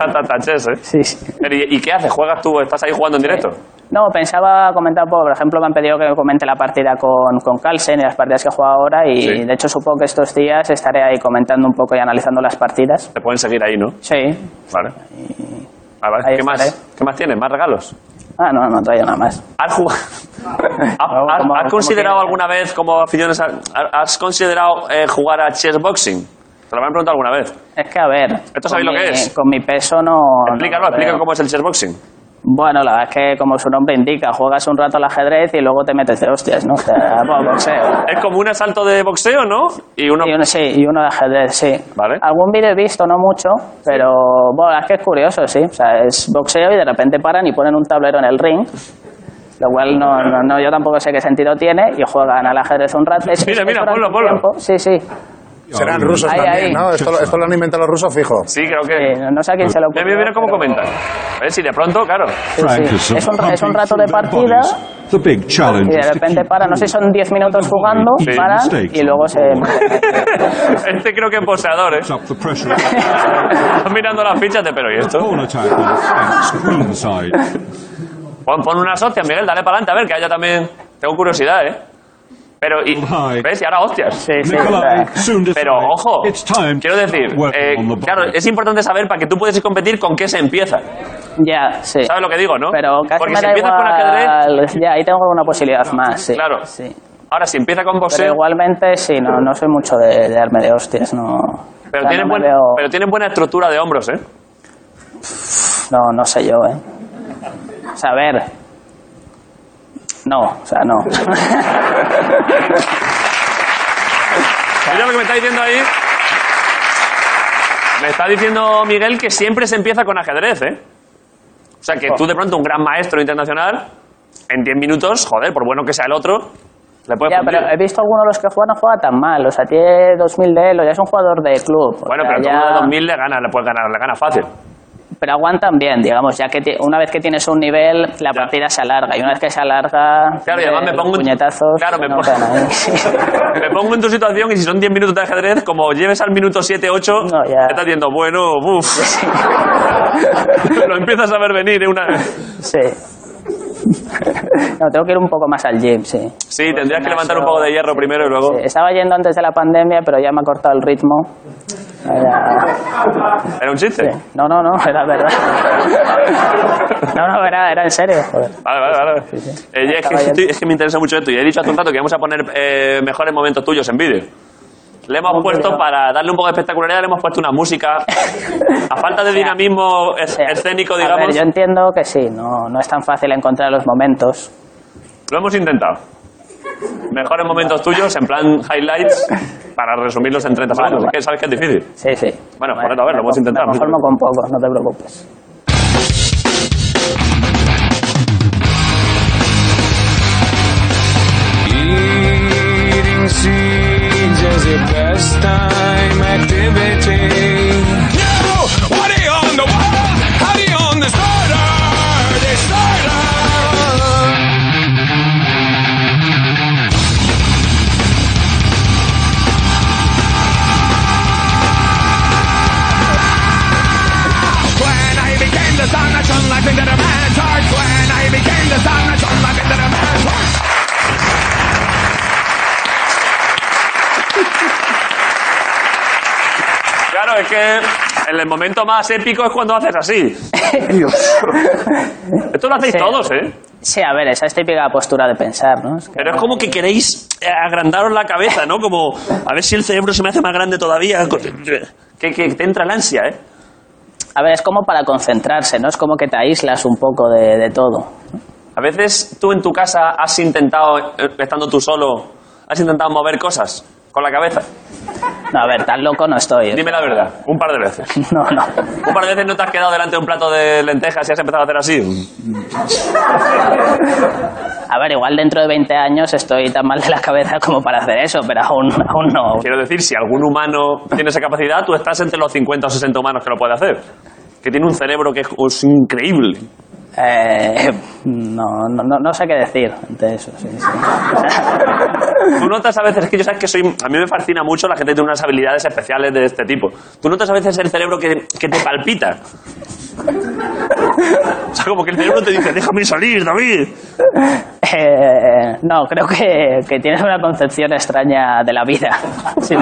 [SPEAKER 1] Tata taches, ¿eh?
[SPEAKER 5] Sí, sí.
[SPEAKER 1] Pero, ¿y, y qué haces? ¿Juegas tú? ¿Estás ahí jugando en directo?
[SPEAKER 5] No, pensaba comentar, por ejemplo, me han pedido que comente la partida con, con Carlsen y las partidas que he jugado ahora y
[SPEAKER 1] Sí.
[SPEAKER 5] de hecho supongo que estos días estaré ahí comentando un poco y analizando las partidas.
[SPEAKER 1] Te pueden seguir ahí, ¿no?
[SPEAKER 5] Sí.
[SPEAKER 1] Vale. Ah, vale.
[SPEAKER 5] Ahí
[SPEAKER 1] ¿Qué, más?
[SPEAKER 5] estaré.
[SPEAKER 1] ¿Qué más tienes? ¿Más regalos?
[SPEAKER 5] Ah, no, no traigo nada más.
[SPEAKER 1] ¿Has, jugado- ¿Has- has-
[SPEAKER 5] Como- como-
[SPEAKER 1] has
[SPEAKER 5] como
[SPEAKER 1] considerado
[SPEAKER 5] quieras.
[SPEAKER 1] alguna vez, como aficiones, a- has considerado eh, jugar a chess boxing? Te lo han preguntado alguna vez.
[SPEAKER 5] Es que a ver... con
[SPEAKER 1] sabéis lo
[SPEAKER 5] mi-
[SPEAKER 1] que es?
[SPEAKER 5] Con mi peso no... no
[SPEAKER 1] Explícalo,
[SPEAKER 5] lo
[SPEAKER 1] explica
[SPEAKER 5] veo.
[SPEAKER 1] cómo es el chess boxing.
[SPEAKER 5] Bueno, la verdad es que como su nombre indica, juegas un rato al ajedrez y luego te metes de hostias, ¿no? O sea, bueno, boxeo.
[SPEAKER 1] Es como un asalto de boxeo, ¿no? Y uno.
[SPEAKER 5] Y uno, sí, y uno de ajedrez, sí.
[SPEAKER 1] Vale.
[SPEAKER 5] Algún vídeo he visto, no mucho, pero bueno, es que es curioso, sí. O sea, es boxeo y de repente paran y ponen un tablero en el ring. Lo cual no, no, no- yo tampoco sé qué sentido tiene y juegan al ajedrez un rato. Es-
[SPEAKER 1] Mira,
[SPEAKER 5] es
[SPEAKER 1] mira,
[SPEAKER 5] durante
[SPEAKER 1] ponlo,
[SPEAKER 5] un
[SPEAKER 1] ponlo. Eh,
[SPEAKER 5] tiempo. Sí, sí.
[SPEAKER 4] Serán rusos
[SPEAKER 5] Ahí,
[SPEAKER 4] también,
[SPEAKER 5] ahí.
[SPEAKER 4] ¿no? Esto, lo- esto lo han inventado los rusos, fijo.
[SPEAKER 1] Sí, creo
[SPEAKER 5] Eh,
[SPEAKER 1] que.
[SPEAKER 5] no sé a quién se lo
[SPEAKER 1] Mira, mira, mira cómo comentan. A ver si de pronto, claro.
[SPEAKER 5] Es un- es un rato de partida.
[SPEAKER 6] The big
[SPEAKER 5] Y
[SPEAKER 6] challenge.
[SPEAKER 5] de repente paran, no sé si son 10 minutos jugando,
[SPEAKER 6] Sí.
[SPEAKER 5] paran y luego se...
[SPEAKER 1] Este creo que es poseador, ¿eh?
[SPEAKER 6] Keeps up the pressure.
[SPEAKER 1] Estás mirando las fichas de, pero ¿y esto?
[SPEAKER 6] Corner tackle defense, greenside.
[SPEAKER 1] Pon, pon una hostia, Miguel, dale para adelante, a ver, que haya también. Tengo curiosidad, ¿eh? Pero, y,
[SPEAKER 6] Ay.
[SPEAKER 1] ¿ves? Y ahora hostias.
[SPEAKER 5] Sí, sí, o sea,
[SPEAKER 6] Nikolai soon decides
[SPEAKER 1] Pero ojo,
[SPEAKER 6] it's time to
[SPEAKER 1] quiero decir,
[SPEAKER 6] start working
[SPEAKER 1] eh,
[SPEAKER 6] on the
[SPEAKER 1] claro,
[SPEAKER 6] body.
[SPEAKER 1] es importante saber para que tú puedes competir con qué se empieza.
[SPEAKER 5] ya, sí.
[SPEAKER 1] ¿Sabes lo que digo, no?
[SPEAKER 5] Pero casi
[SPEAKER 1] Porque
[SPEAKER 5] me
[SPEAKER 1] si
[SPEAKER 5] da
[SPEAKER 1] empiezas con ajedrez,
[SPEAKER 5] igual. pues, Ya, ahí tengo una posibilidad más, sí.
[SPEAKER 1] Claro.
[SPEAKER 5] Sí.
[SPEAKER 1] ahora si empieza con
[SPEAKER 5] Pero
[SPEAKER 1] boxeo,
[SPEAKER 5] igualmente, sí, no, no soy mucho de, de darme de hostias, no.
[SPEAKER 1] pero,
[SPEAKER 5] o sea,
[SPEAKER 1] tienes
[SPEAKER 5] no me
[SPEAKER 1] buen-
[SPEAKER 5] veo-
[SPEAKER 1] pero tienes buena estructura de hombros, ¿eh?
[SPEAKER 5] No, no sé yo, ¿eh? O sea, a ver. No, o sea, no.
[SPEAKER 1] Mira lo que me está diciendo ahí. Me está diciendo Miguel que siempre se empieza con ajedrez, ¿eh? O sea, que
[SPEAKER 5] Oh.
[SPEAKER 1] tú de pronto un gran maestro internacional, en 10 minutos, joder, por bueno que sea el otro, le puedes
[SPEAKER 5] Ya,
[SPEAKER 1] fundir.
[SPEAKER 5] pero eh, he visto algunos de los que juegan no juega tan mal. O sea, tiene 2000 de Elo, ya es un jugador de club. O
[SPEAKER 1] Bueno,
[SPEAKER 5] sea,
[SPEAKER 1] pero tú
[SPEAKER 5] ya-
[SPEAKER 1] uno de 2000 le gana, le puedes ganar, le gana fácil.
[SPEAKER 5] Pero aguantan bien, digamos, ya que ti- una vez que tienes un nivel, la partida se alarga. Y una vez que se alarga,
[SPEAKER 1] Claro, y
[SPEAKER 5] eh,
[SPEAKER 1] además me
[SPEAKER 5] los
[SPEAKER 1] pongo en-
[SPEAKER 5] puñetazos. ¿eh?
[SPEAKER 1] claro,
[SPEAKER 5] se
[SPEAKER 1] me
[SPEAKER 5] notan
[SPEAKER 1] pongo-
[SPEAKER 5] ahí.
[SPEAKER 1] Me pongo en tu situación y si son 10 minutos de ajedrez, como lleves al minuto 7, 8,
[SPEAKER 5] No, ya.
[SPEAKER 1] estás diciendo, bueno, uff. Lo empiezas a ver venir, ¿eh? Una...
[SPEAKER 5] sí. No, tengo que ir un poco más al gym, sí.
[SPEAKER 1] Sí, tendrías que
[SPEAKER 5] gimnasio,
[SPEAKER 1] levantar un poco de hierro
[SPEAKER 5] Pues sí,
[SPEAKER 1] primero y luego.
[SPEAKER 5] Sí, Estaba yendo antes de la pandemia, pero ya me ha cortado el ritmo. Era-
[SPEAKER 1] Era un chiste.
[SPEAKER 5] No, no, no, era verdad. No, no, era, era en serio. joder.
[SPEAKER 1] Vale, vale, vale. Eh, ya es, que,
[SPEAKER 5] Estaba yendo.
[SPEAKER 1] estoy- es que me interesa mucho esto y he dicho hace un rato que vamos a poner eh, mejores momentos tuyos en vídeo. Le hemos
[SPEAKER 5] Hombre,
[SPEAKER 1] puesto,
[SPEAKER 5] no.
[SPEAKER 1] para darle un poco de espectacularidad, le hemos puesto una música. A falta de dinamismo es-
[SPEAKER 5] O sea,
[SPEAKER 1] escénico,
[SPEAKER 5] a
[SPEAKER 1] digamos,
[SPEAKER 5] ver, yo entiendo que sí, no, no es tan fácil encontrar los momentos.
[SPEAKER 1] lo hemos intentado. Mejores momentos tuyos, en plan highlights, para resumirlos en 30 segundos.
[SPEAKER 5] vale.
[SPEAKER 1] Es que sabes que es difícil.
[SPEAKER 5] Sí, sí.
[SPEAKER 1] Bueno, Juaneta, a ver, lo
[SPEAKER 5] me
[SPEAKER 1] hemos
[SPEAKER 5] con-
[SPEAKER 1] intentado.
[SPEAKER 5] Me conformo con poco, no te preocupes.
[SPEAKER 7] Eating seeds is a pastime activity. Yeah, what are you on the wall? How do you on the starter? The starter. When I became the sun, I shone like into the man's heart. When I became the sun, I shone like into the man's heart.
[SPEAKER 1] Claro, es que en el momento más épico es cuando haces así. Esto lo hacéis
[SPEAKER 5] Sí.
[SPEAKER 1] todos, ¿eh?
[SPEAKER 5] Sí, a ver, esa es típica postura de pensar, ¿no? Es que-
[SPEAKER 1] Pero es como que queréis eh, agrandaros la cabeza, ¿no? Como, a ver si el cerebro se me hace más grande todavía. Que, que te entra el ansia, ¿eh?
[SPEAKER 5] A ver, es como para concentrarse, ¿no? Es como que te aíslas un poco de, de todo.
[SPEAKER 1] A veces tú en tu casa has intentado, eh, estando tú solo, has intentado mover cosas con la cabeza.
[SPEAKER 5] No, a ver, tan loco no estoy. ¿eh?
[SPEAKER 1] Dime la verdad, un par de veces.
[SPEAKER 5] No, no.
[SPEAKER 1] Un par de veces no te has quedado delante de un plato de lentejas y has empezado a hacer así.
[SPEAKER 5] A ver, igual dentro de 20 años estoy tan mal de la cabeza como para hacer eso, pero aún, aún no.
[SPEAKER 1] Quiero decir, si algún humano tiene esa capacidad, tú estás entre los 50 o 60 humanos que lo puede hacer. Que tiene un cerebro que es- es increíble.
[SPEAKER 5] Eh, no, no, no- no sé qué decir ante eso. sí, sí.
[SPEAKER 1] Tú notas a veces, es que yo sabes que soy. A mí me fascina mucho la gente que tiene unas habilidades especiales de este tipo. Tú notas a veces el cerebro que, que te palpita. O sea, como que el cerebro te dice, déjame salir, David.
[SPEAKER 5] Eh, no, creo que, que tienes una concepción extraña de la vida. Sí.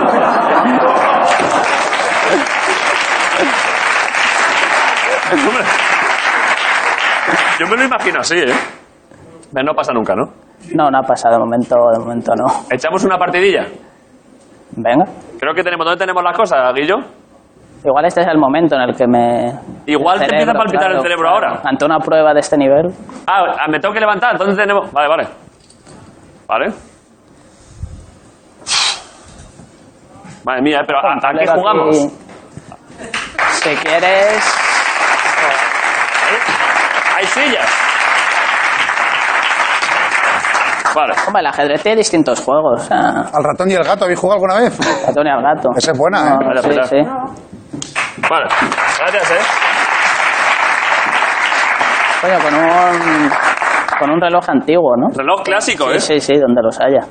[SPEAKER 1] Hombre, Yo me lo imagino así, ¿eh? Pero no pasa nunca, ¿no?
[SPEAKER 5] No, no ha pasado, de momento, de momento no.
[SPEAKER 1] Echamos una partidilla.
[SPEAKER 5] Venga.
[SPEAKER 1] Creo que tenemos. ¿Dónde tenemos las cosas, Guillo?
[SPEAKER 5] Igual este es el momento en el que me...
[SPEAKER 1] Igual te
[SPEAKER 5] el
[SPEAKER 1] empieza a palpitar el cerebro ahora.
[SPEAKER 5] Ante una prueba de este nivel.
[SPEAKER 1] Ah, ah, me tengo que levantar. ¿Dónde tenemos? Vale, vale. Vale. Madre mía, ¿eh? pero ¿a, a qué
[SPEAKER 5] Leo aquí,
[SPEAKER 1] jugamos?
[SPEAKER 5] Si quieres...
[SPEAKER 1] Hay sillas. Vale.
[SPEAKER 5] Hombre, el ajedrez tiene distintos juegos. o sea,
[SPEAKER 4] ¿Al ratón y el gato habéis jugado alguna vez?
[SPEAKER 5] ratón y al gato.
[SPEAKER 4] Esa es buena, ¿eh?
[SPEAKER 5] No,
[SPEAKER 1] Vale,
[SPEAKER 5] sí,
[SPEAKER 1] pues
[SPEAKER 5] sí.
[SPEAKER 1] Vale. Gracias, eh.
[SPEAKER 5] Coño, con un, con un reloj antiguo, ¿no?
[SPEAKER 1] Reloj clásico,
[SPEAKER 5] Sí,
[SPEAKER 1] eh.
[SPEAKER 5] sí, sí, donde los haya.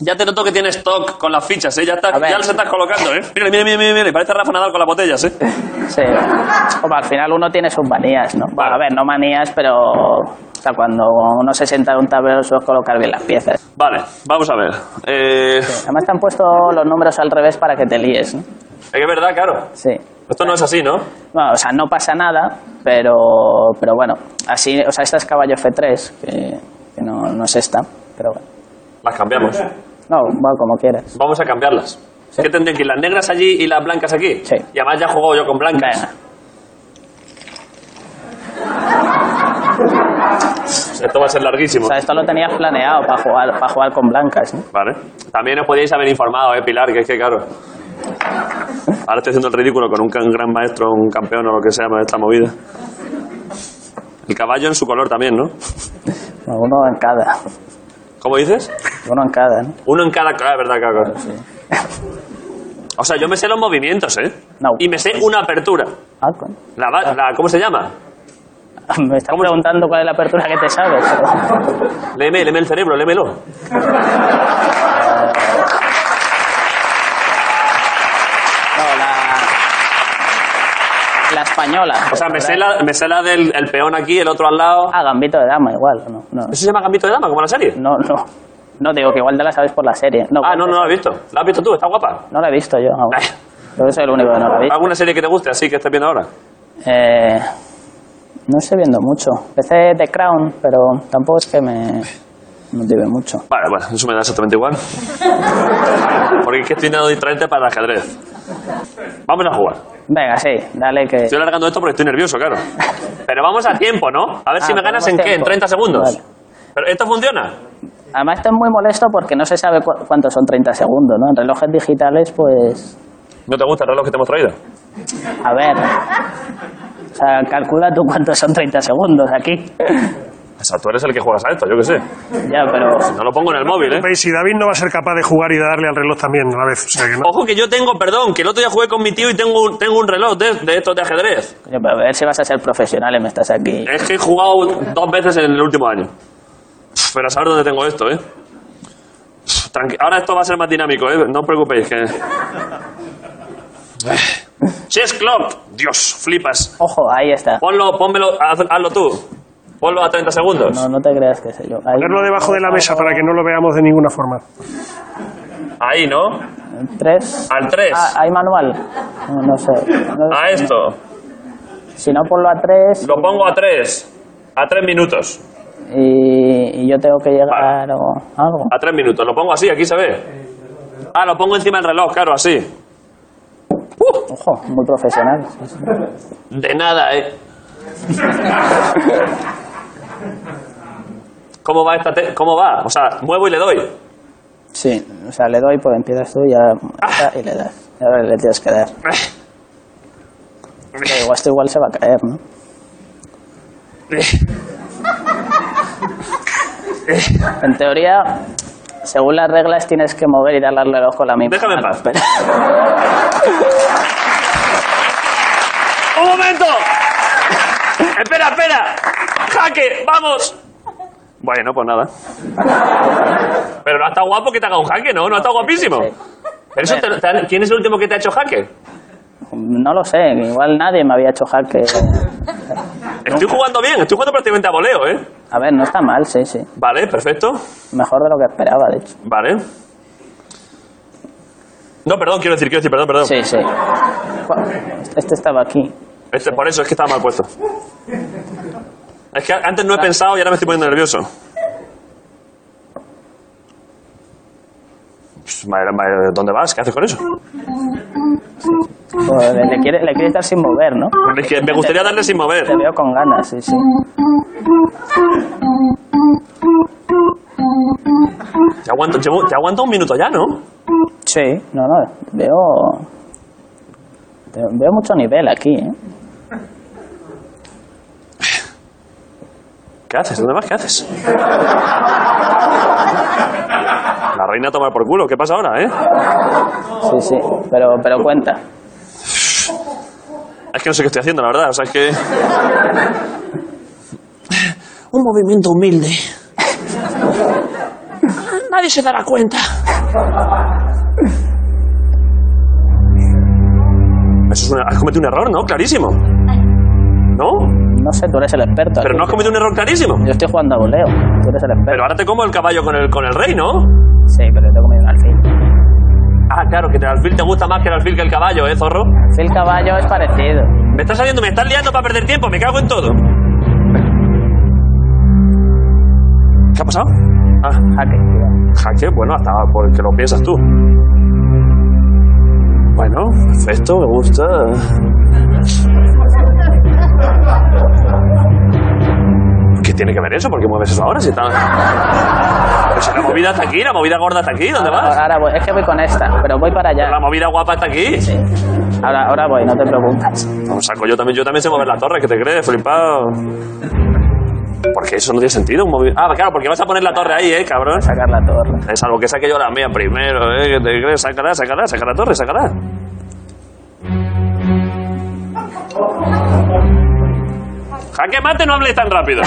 [SPEAKER 1] Ya te noto que tienes stock con las fichas, eh. Ya, estás-
[SPEAKER 5] A ver.
[SPEAKER 1] ya las estás colocando, eh. Mira, mira, mira, mira, mira. Parece Rafa Nadal con las botellas, eh.
[SPEAKER 5] Sí. Hombre, al final uno tiene sus manías, ¿no? Bueno,
[SPEAKER 1] Vale.
[SPEAKER 5] a ver, no manías, pero o sea, cuando uno se sienta en un tablero suele colocar bien las piezas.
[SPEAKER 1] Vale, vamos a ver. Eh,
[SPEAKER 5] Además te han puesto los números al revés para que te líes, ¿no?
[SPEAKER 1] es que es verdad, claro.
[SPEAKER 5] Sí.
[SPEAKER 1] Esto no es así, ¿no?
[SPEAKER 5] Bueno, o sea, no pasa nada, pero, pero bueno, así, o sea, esta es caballo F3, que, que no, no es esta, pero bueno.
[SPEAKER 1] Las cambiamos.
[SPEAKER 5] No, bueno, como quieras.
[SPEAKER 1] Vamos a cambiarlas. ¿Qué tendrían que ir? ¿Las negras allí y las blancas aquí?
[SPEAKER 5] Sí.
[SPEAKER 1] Y además ya he jugado yo con blancas.
[SPEAKER 5] Venga.
[SPEAKER 1] Esto va a ser larguísimo.
[SPEAKER 5] O sea, esto lo tenías planeado para jugar, para jugar con blancas, ¿no?
[SPEAKER 1] Vale. También os podíais haber informado, ¿eh, Pilar? Que es que, claro. Ahora estoy haciendo el ridículo con un can- gran maestro, un campeón o lo que sea de esta movida. El caballo en su color también, ¿no?
[SPEAKER 5] Uno en cada.
[SPEAKER 1] ¿Cómo dices?
[SPEAKER 5] Uno en cada, ¿no?
[SPEAKER 1] Uno en cada cara, ¿verdad, cabrón? O sea, yo me sé los movimientos, ¿eh?
[SPEAKER 5] No.
[SPEAKER 1] Y me sé una apertura.
[SPEAKER 5] Ah, coño.
[SPEAKER 1] La, va- la- ¿Cómo se llama?
[SPEAKER 5] Me estás preguntando cuál es la apertura que te sabes. pero-
[SPEAKER 1] Léeme, léeme el cerebro, léemelo.
[SPEAKER 5] No, la... La española.
[SPEAKER 1] O sea, me sé la, me sé la del el peón aquí, el otro al lado.
[SPEAKER 5] Ah, Gambito de Dama, igual. No, no,
[SPEAKER 1] ¿Eso se llama Gambito de Dama, como la serie?
[SPEAKER 5] no. No, no digo que igual te la sabes por la serie. No,
[SPEAKER 1] Ah, no, no
[SPEAKER 5] porque-
[SPEAKER 1] la has visto. ¿La has visto tú? ¿Está guapa?
[SPEAKER 5] No la he visto yo aún.
[SPEAKER 1] Ay.
[SPEAKER 5] Yo soy el único que no la he visto.
[SPEAKER 1] ¿Alguna serie que te guste así que estés viendo ahora?
[SPEAKER 5] Eh, no estoy viendo mucho. Empecé The Crown, pero tampoco es que me motive mucho.
[SPEAKER 1] Vale, bueno, eso me da exactamente igual. Porque es que estoy intentando distraerte para el ajedrez. Vamos a jugar.
[SPEAKER 5] Venga, sí, dale que...
[SPEAKER 1] Estoy alargando esto porque estoy nervioso, claro. Pero vamos a tiempo, ¿no? A ver si
[SPEAKER 5] Ah,
[SPEAKER 1] me ganas en
[SPEAKER 5] tenemos
[SPEAKER 1] qué, en
[SPEAKER 5] tiempo.
[SPEAKER 1] 30 segundos.
[SPEAKER 5] Vale.
[SPEAKER 1] Pero esto funciona.
[SPEAKER 5] Además estoy muy molesto porque no se sabe cu- cuántos son 30 segundos, ¿no? En relojes digitales, pues...
[SPEAKER 1] ¿No te gusta el reloj que te hemos traído?
[SPEAKER 5] A ver... O sea, calcula tú cuántos son 30 segundos aquí.
[SPEAKER 1] O sea, tú eres el que juegas a esto, yo qué sé.
[SPEAKER 5] ya, pero...
[SPEAKER 1] No lo pongo en el móvil, ¿eh?
[SPEAKER 2] Veis, si David no va a ser capaz de jugar y de darle al reloj también a la vez. O sea que no.
[SPEAKER 1] Ojo que yo tengo, perdón, que el otro día jugué con mi tío y tengo un, tengo un reloj de, de estos de ajedrez.
[SPEAKER 5] coño, pero a ver si vas a ser profesional y me estás aquí.
[SPEAKER 1] Es que he jugado dos veces en el último año. Pff, Pero a saber dónde tengo esto, ¿eh? Pff, tranqui- Ahora esto va a ser más dinámico, ¿eh? No os preocupéis, que... Chess Club. Dios, flipas.
[SPEAKER 5] Ojo, ahí está.
[SPEAKER 1] Ponlo, pónmelo, haz- hazlo tú. Ponlo a 30 segundos.
[SPEAKER 5] No, no te creas que sé yo. Ahí-
[SPEAKER 2] Ponerlo debajo de la mesa para que no lo veamos de ninguna forma.
[SPEAKER 1] Ahí, ¿no?
[SPEAKER 5] ¿Tres?
[SPEAKER 1] Al 3.
[SPEAKER 5] Ah, ¿Hay manual? No, no sé. No-
[SPEAKER 1] A esto.
[SPEAKER 5] Si no, ponlo a tres
[SPEAKER 1] Lo pongo a 3. A 3 minutos.
[SPEAKER 5] y, y yo tengo que llegar o algo.
[SPEAKER 1] A 3 minutos. Lo pongo así, aquí se ve. Ah, lo pongo encima del reloj, claro, así. Uh,
[SPEAKER 5] Ojo, muy profesional.
[SPEAKER 1] de nada, eh. ¿Cómo va esta te- ¿Cómo va? O sea, muevo y le doy.
[SPEAKER 5] Sí, o sea, le doy, pues empiezas tú y ya y le das. Y ahora le tienes que dar. Pero igual, esto igual se va a caer, ¿no? En teoría, según las reglas, tienes que mover y darle al reloj con la misma.
[SPEAKER 1] Déjame en
[SPEAKER 5] mano,
[SPEAKER 1] paz.
[SPEAKER 5] pero-
[SPEAKER 1] ¡Un momento! ¡Espera, espera! ¡Jaque! ¡Vamos! Bueno, pues nada. Pero no ha estado guapo que te haga un jaque, ¿no? No ha estado guapísimo.
[SPEAKER 5] Sí.
[SPEAKER 1] Pero eso te- te han- ¿Quién es el último que te ha hecho jaque?
[SPEAKER 5] No lo sé, igual nadie me había hecho jaque.
[SPEAKER 1] Estoy jugando bien, estoy jugando prácticamente a voleo, ¿eh?
[SPEAKER 5] A ver, no está mal, sí, sí.
[SPEAKER 1] Vale, perfecto.
[SPEAKER 5] Mejor de lo que esperaba, de hecho.
[SPEAKER 1] Vale. No, perdón, quiero decir, quiero decir, perdón, perdón.
[SPEAKER 5] Sí, sí. Fua, Este estaba aquí.
[SPEAKER 1] Este, por eso, es que estaba mal puesto. Es que antes no he pensado y ahora me estoy poniendo nervioso. Pues, madre- madre, ¿Dónde vas? ¿Qué haces con eso?
[SPEAKER 5] Joder, le quiere, le quiere estar sin mover, ¿no?
[SPEAKER 1] Es que me gustaría darle sin mover.
[SPEAKER 5] Te veo con ganas, sí, sí.
[SPEAKER 1] Te aguanto, llevo- te aguanto un minuto ya, ¿no?
[SPEAKER 5] Sí, no, no, veo... te- Veo mucho nivel aquí, ¿eh?
[SPEAKER 1] ¿Qué haces? ¿Dónde vas? ¿Qué haces? La reina a tomar por culo. ¿Qué pasa ahora, eh?
[SPEAKER 5] Sí, sí, pero, pero cuenta.
[SPEAKER 1] Es que no sé qué estoy haciendo, la verdad. O sea, es que. Un movimiento humilde. Nadie se dará cuenta. Eso es una- Has cometido un error, ¿no? Clarísimo. ¿No?
[SPEAKER 5] No sé, tú eres el experto.
[SPEAKER 1] Pero
[SPEAKER 5] aquí.
[SPEAKER 1] no has cometido un error clarísimo.
[SPEAKER 5] Yo estoy jugando a voleo, tú eres el
[SPEAKER 1] Pero
[SPEAKER 5] experto.
[SPEAKER 1] ahora te como el caballo con el, con el rey, ¿no?
[SPEAKER 5] Sí, pero yo tengo comido un alfil.
[SPEAKER 1] Ah, claro, que el alfil te gusta más que el alfil que el caballo, ¿eh, zorro?
[SPEAKER 5] Alfil caballo es parecido.
[SPEAKER 1] Me estás saliendo, me estás liando para perder tiempo, me cago en todo. ¿Qué ha pasado? Ah,
[SPEAKER 5] Jaque, cuidado.
[SPEAKER 1] jaque, bueno, hasta porque lo piensas tú. Bueno, perfecto, me gusta. ¿Qué, tiene que ver eso? ¿Por qué mueves eso ahora? Si está- Pero si la movida está aquí, la movida gorda está aquí, ¿dónde vas?
[SPEAKER 5] Ahora voy, es que voy con esta, pero voy para allá.
[SPEAKER 1] La movida guapa está aquí.
[SPEAKER 5] Ahora, ahora voy, no te preocupes.
[SPEAKER 1] Un saco, yo también, yo también sé mover la torre, ¿qué te crees, flipado? Porque eso no tiene sentido. Un movi- ah, claro, porque vas a poner la torre ahí, ¿eh, cabrón?
[SPEAKER 5] Sacar la torre.
[SPEAKER 1] Es algo que saque yo la mía primero, ¿eh? ¿Qué te crees? Sácala, sácala, saca la torre, sácala. Jaque mate, no hables tan rápido.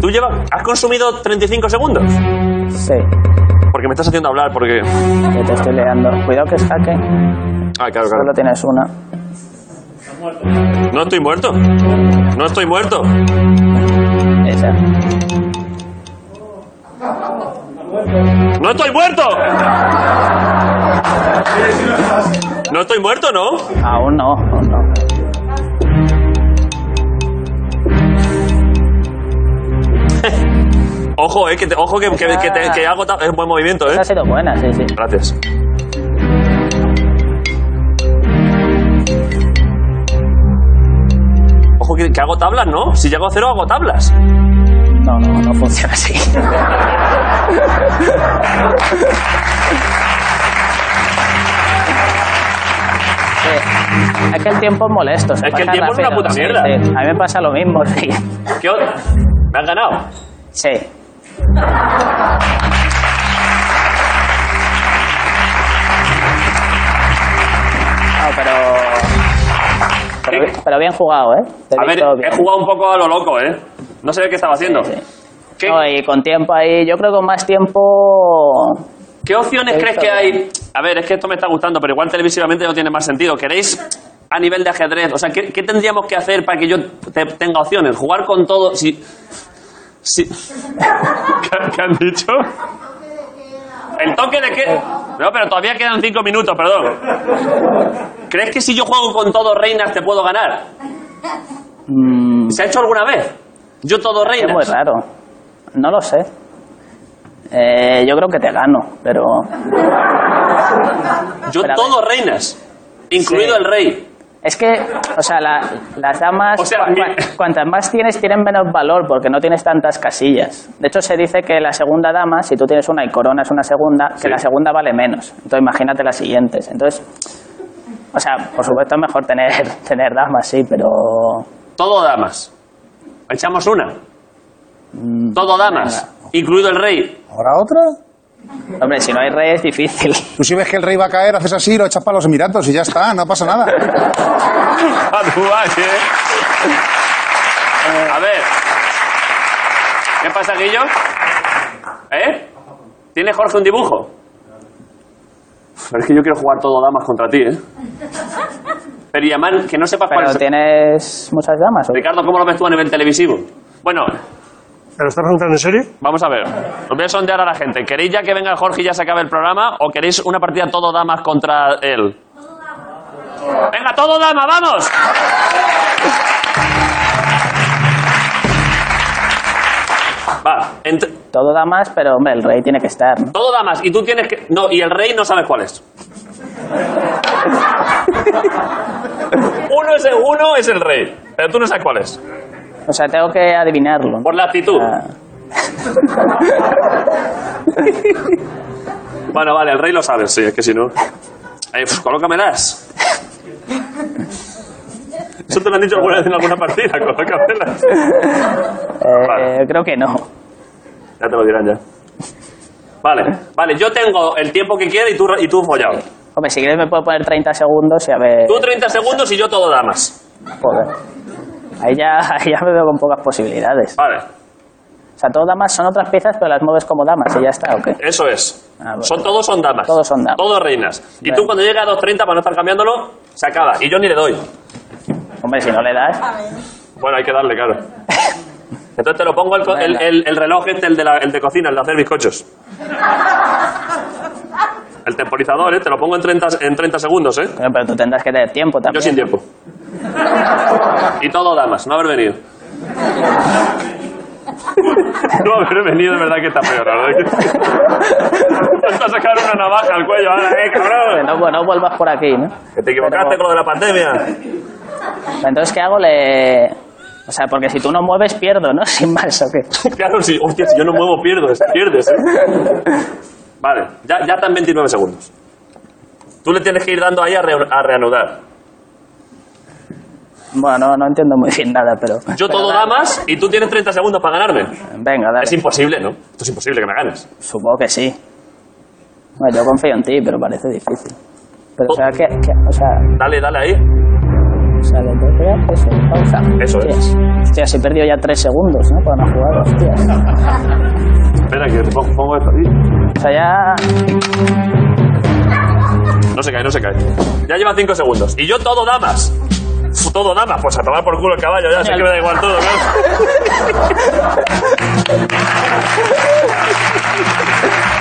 [SPEAKER 1] Tú llevas... ¿Has consumido 35 segundos?
[SPEAKER 5] Sí,
[SPEAKER 1] Porque me estás haciendo hablar, porque...
[SPEAKER 5] que te estoy leando. Cuidado que es jaque,
[SPEAKER 1] Ah, claro, claro.
[SPEAKER 5] solo tienes una.
[SPEAKER 1] No estoy muerto. No estoy muerto.
[SPEAKER 5] Esa.
[SPEAKER 1] ¡No estoy muerto! No estoy muerto, ¿no?
[SPEAKER 5] Aún no, aún no.
[SPEAKER 1] Ojo, eh, que, te- ojo que, que, que te- que hago ta- es buen movimiento, eh.
[SPEAKER 5] Esa ha sido buena, sí, sí.
[SPEAKER 1] Gracias. Ojo que, que hago tablas, ¿no? Si llego a cero hago tablas.
[SPEAKER 5] No, no, no funciona así. Sí, Eh, Es que el tiempo es molesto. se
[SPEAKER 1] Es que el
[SPEAKER 5] pasa
[SPEAKER 1] tiempo es una
[SPEAKER 5] rápido,
[SPEAKER 1] puta
[SPEAKER 5] sí,
[SPEAKER 1] mierda.
[SPEAKER 5] sí. A mí me pasa lo mismo. Sí.
[SPEAKER 1] ¿Qué onda? Me han ganado.
[SPEAKER 5] Sí. No, pero, pero... pero bien jugado, ¿eh? Te he
[SPEAKER 1] A ver,
[SPEAKER 5] visto bien.
[SPEAKER 1] he jugado un poco a lo loco, ¿eh? No sé qué estaba haciendo.
[SPEAKER 5] Sí,
[SPEAKER 1] ¿Qué,
[SPEAKER 5] No, y con tiempo ahí, yo creo que con más tiempo
[SPEAKER 1] qué opciones
[SPEAKER 5] he
[SPEAKER 1] crees
[SPEAKER 5] visto
[SPEAKER 1] que
[SPEAKER 5] bien.
[SPEAKER 1] hay? A ver, es que esto me está gustando, pero igual televisivamente no tiene más sentido. ¿Queréis a nivel de ajedrez? O sea, ¿qué, qué tendríamos que hacer para que yo te- tenga opciones? ¿Jugar con todo? Si, si... ¿Qué, qué han dicho? El toque de que... No, pero todavía quedan cinco minutos, perdón. ¿Crees que si yo juego con todo reinas te puedo ganar?
[SPEAKER 5] mm,
[SPEAKER 1] ¿Se ha hecho alguna vez? Yo todo
[SPEAKER 5] es
[SPEAKER 1] reinas.
[SPEAKER 5] muy raro. No lo sé. Eh, yo creo que te gano, pero
[SPEAKER 1] Yo
[SPEAKER 5] Espera, a
[SPEAKER 1] todo reinas, incluido
[SPEAKER 5] Sí.
[SPEAKER 1] el rey.
[SPEAKER 5] es que, o sea, la- las damas,
[SPEAKER 1] O sea,
[SPEAKER 5] cua-
[SPEAKER 1] mi-
[SPEAKER 5] cua- cuantas más tienes, tienen menos valor porque no tienes tantas casillas. De hecho, se dice que la segunda dama, si tú tienes una y coronas una segunda, que la segunda vale menos. Entonces, imagínate las siguientes. Entonces, o sea, por supuesto es mejor tener, tener damas, sí, pero
[SPEAKER 1] Todo damas. Echamos una. Todo damas, incluido el rey.
[SPEAKER 4] ¿Ahora otra?
[SPEAKER 5] hombre, si no hay rey es difícil.
[SPEAKER 4] Tú si ves que el rey va a caer, haces así, lo echas para los Emiratos y ya está, no pasa nada.
[SPEAKER 1] A tu ¿eh? valle. A ver. ¿Qué pasa, Guillo? ¿Eh? ¿Tiene Jorge un dibujo? Pero es que yo quiero jugar todo damas contra ti, ¿eh? Pero y además, que no sepas cuál
[SPEAKER 5] Pero
[SPEAKER 1] es...
[SPEAKER 5] tienes muchas damas. ¿o qué?
[SPEAKER 1] Ricardo, ¿cómo lo ves tú a nivel televisivo? Bueno,
[SPEAKER 2] ¿Te lo estás preguntando en serio?
[SPEAKER 1] Vamos a ver. Os voy a sondear a la gente. ¿Queréis ya que venga Jorge y ya se acabe el programa? ¿O queréis una partida todo damas contra él? ¡Venga, todo dama, vamos! Va, ent-
[SPEAKER 5] Todo damas, pero hombre, el rey tiene que estar. ¿no?
[SPEAKER 1] todo damas. Y tú tienes que. No, y el rey no sabes cuál es. Uno es el, uno es el rey, pero tú no sabes cuál es.
[SPEAKER 5] O sea, tengo que adivinarlo.
[SPEAKER 1] Por la actitud.
[SPEAKER 5] Ah.
[SPEAKER 1] Bueno, vale, el rey lo sabe, sí, es que si no. Eh, pues colócamelas. Eso te lo han dicho alguna vez en alguna partida, colócamelas.
[SPEAKER 5] Eh,
[SPEAKER 1] Vale.
[SPEAKER 5] eh, creo que no.
[SPEAKER 1] Ya te lo dirán ya. Vale, vale, yo tengo el tiempo que quiera y tú, y tú follado.
[SPEAKER 5] Hombre, si quieres me puedo poner 30 segundos y a ver.
[SPEAKER 1] Tú 30 segundos y yo todo damas.
[SPEAKER 5] Joder. Ahí ya, ahí ya me veo con pocas posibilidades.
[SPEAKER 1] Vale,
[SPEAKER 5] O sea, todo damas son otras piezas, pero las mueves como damas y ya está, ¿o qué?
[SPEAKER 1] eso es.
[SPEAKER 5] Ah, bueno.
[SPEAKER 1] Son, todos son damas.
[SPEAKER 5] Todos son damas.
[SPEAKER 1] Todos reinas. Y
[SPEAKER 5] Bien.
[SPEAKER 1] tú cuando llegas a 2.30 para no estar cambiándolo, se acaba. Y yo ni le doy.
[SPEAKER 5] Hombre, si no le das.
[SPEAKER 1] Bueno, hay que darle, claro. Entonces te lo pongo el, co- el- el- el reloj este, el de, la- el de cocina, el de hacer bizcochos. El temporizador, ¿eh? Te lo pongo en 30, en 30 segundos, ¿eh?
[SPEAKER 5] Bueno, pero tú tendrás que tener tiempo
[SPEAKER 1] Yo
[SPEAKER 5] también.
[SPEAKER 1] sin tiempo. Y todo damas, no haber venido. No haber venido, de verdad que está peor. la ¿verdad? que- Vas a sacar una navaja al cuello ahora, ¿eh,
[SPEAKER 5] Que
[SPEAKER 1] cabrón?
[SPEAKER 5] no, pues, no vuelvas por aquí, ¿no?
[SPEAKER 1] Que te equivocaste con lo de la pandemia.
[SPEAKER 5] Entonces, ¿qué hago? Le... O sea, porque si tú no mueves, pierdo, ¿no? Sin más, ¿o qué?
[SPEAKER 1] Claro, si, hostia, si yo no muevo, pierdo, pierdes. ¿eh? Vale, ya, ya están 29 segundos. Tú le tienes que ir dando ahí a, re- a reanudar.
[SPEAKER 5] Bueno, no, no entiendo muy bien nada, pero...
[SPEAKER 1] Yo
[SPEAKER 5] pero
[SPEAKER 1] todo
[SPEAKER 5] dale.
[SPEAKER 1] damas y tú tienes 30 segundos para ganarme.
[SPEAKER 5] Venga, dale.
[SPEAKER 1] Es imposible, ¿no? Esto es imposible que me ganes.
[SPEAKER 5] Supongo que sí. Bueno, yo confío en ti, pero parece difícil. Pero, o sea, que... que- o sea,
[SPEAKER 1] Dale, dale ahí.
[SPEAKER 5] o sea, le tengo que dar eso, pausa.
[SPEAKER 1] Eso es.
[SPEAKER 5] Hostias. Hostia, si he perdido ya tres segundos, ¿no? Para no jugar, hostias.
[SPEAKER 1] Espera, que te pongo, pongo esto ahí.
[SPEAKER 5] O sea, ya...
[SPEAKER 1] No se cae, no se cae. Ya lleva 5 segundos. Y yo todo damas. Uf, Todo damas, pues a tomar por culo el caballo, ya sé que me da igual todo, claro.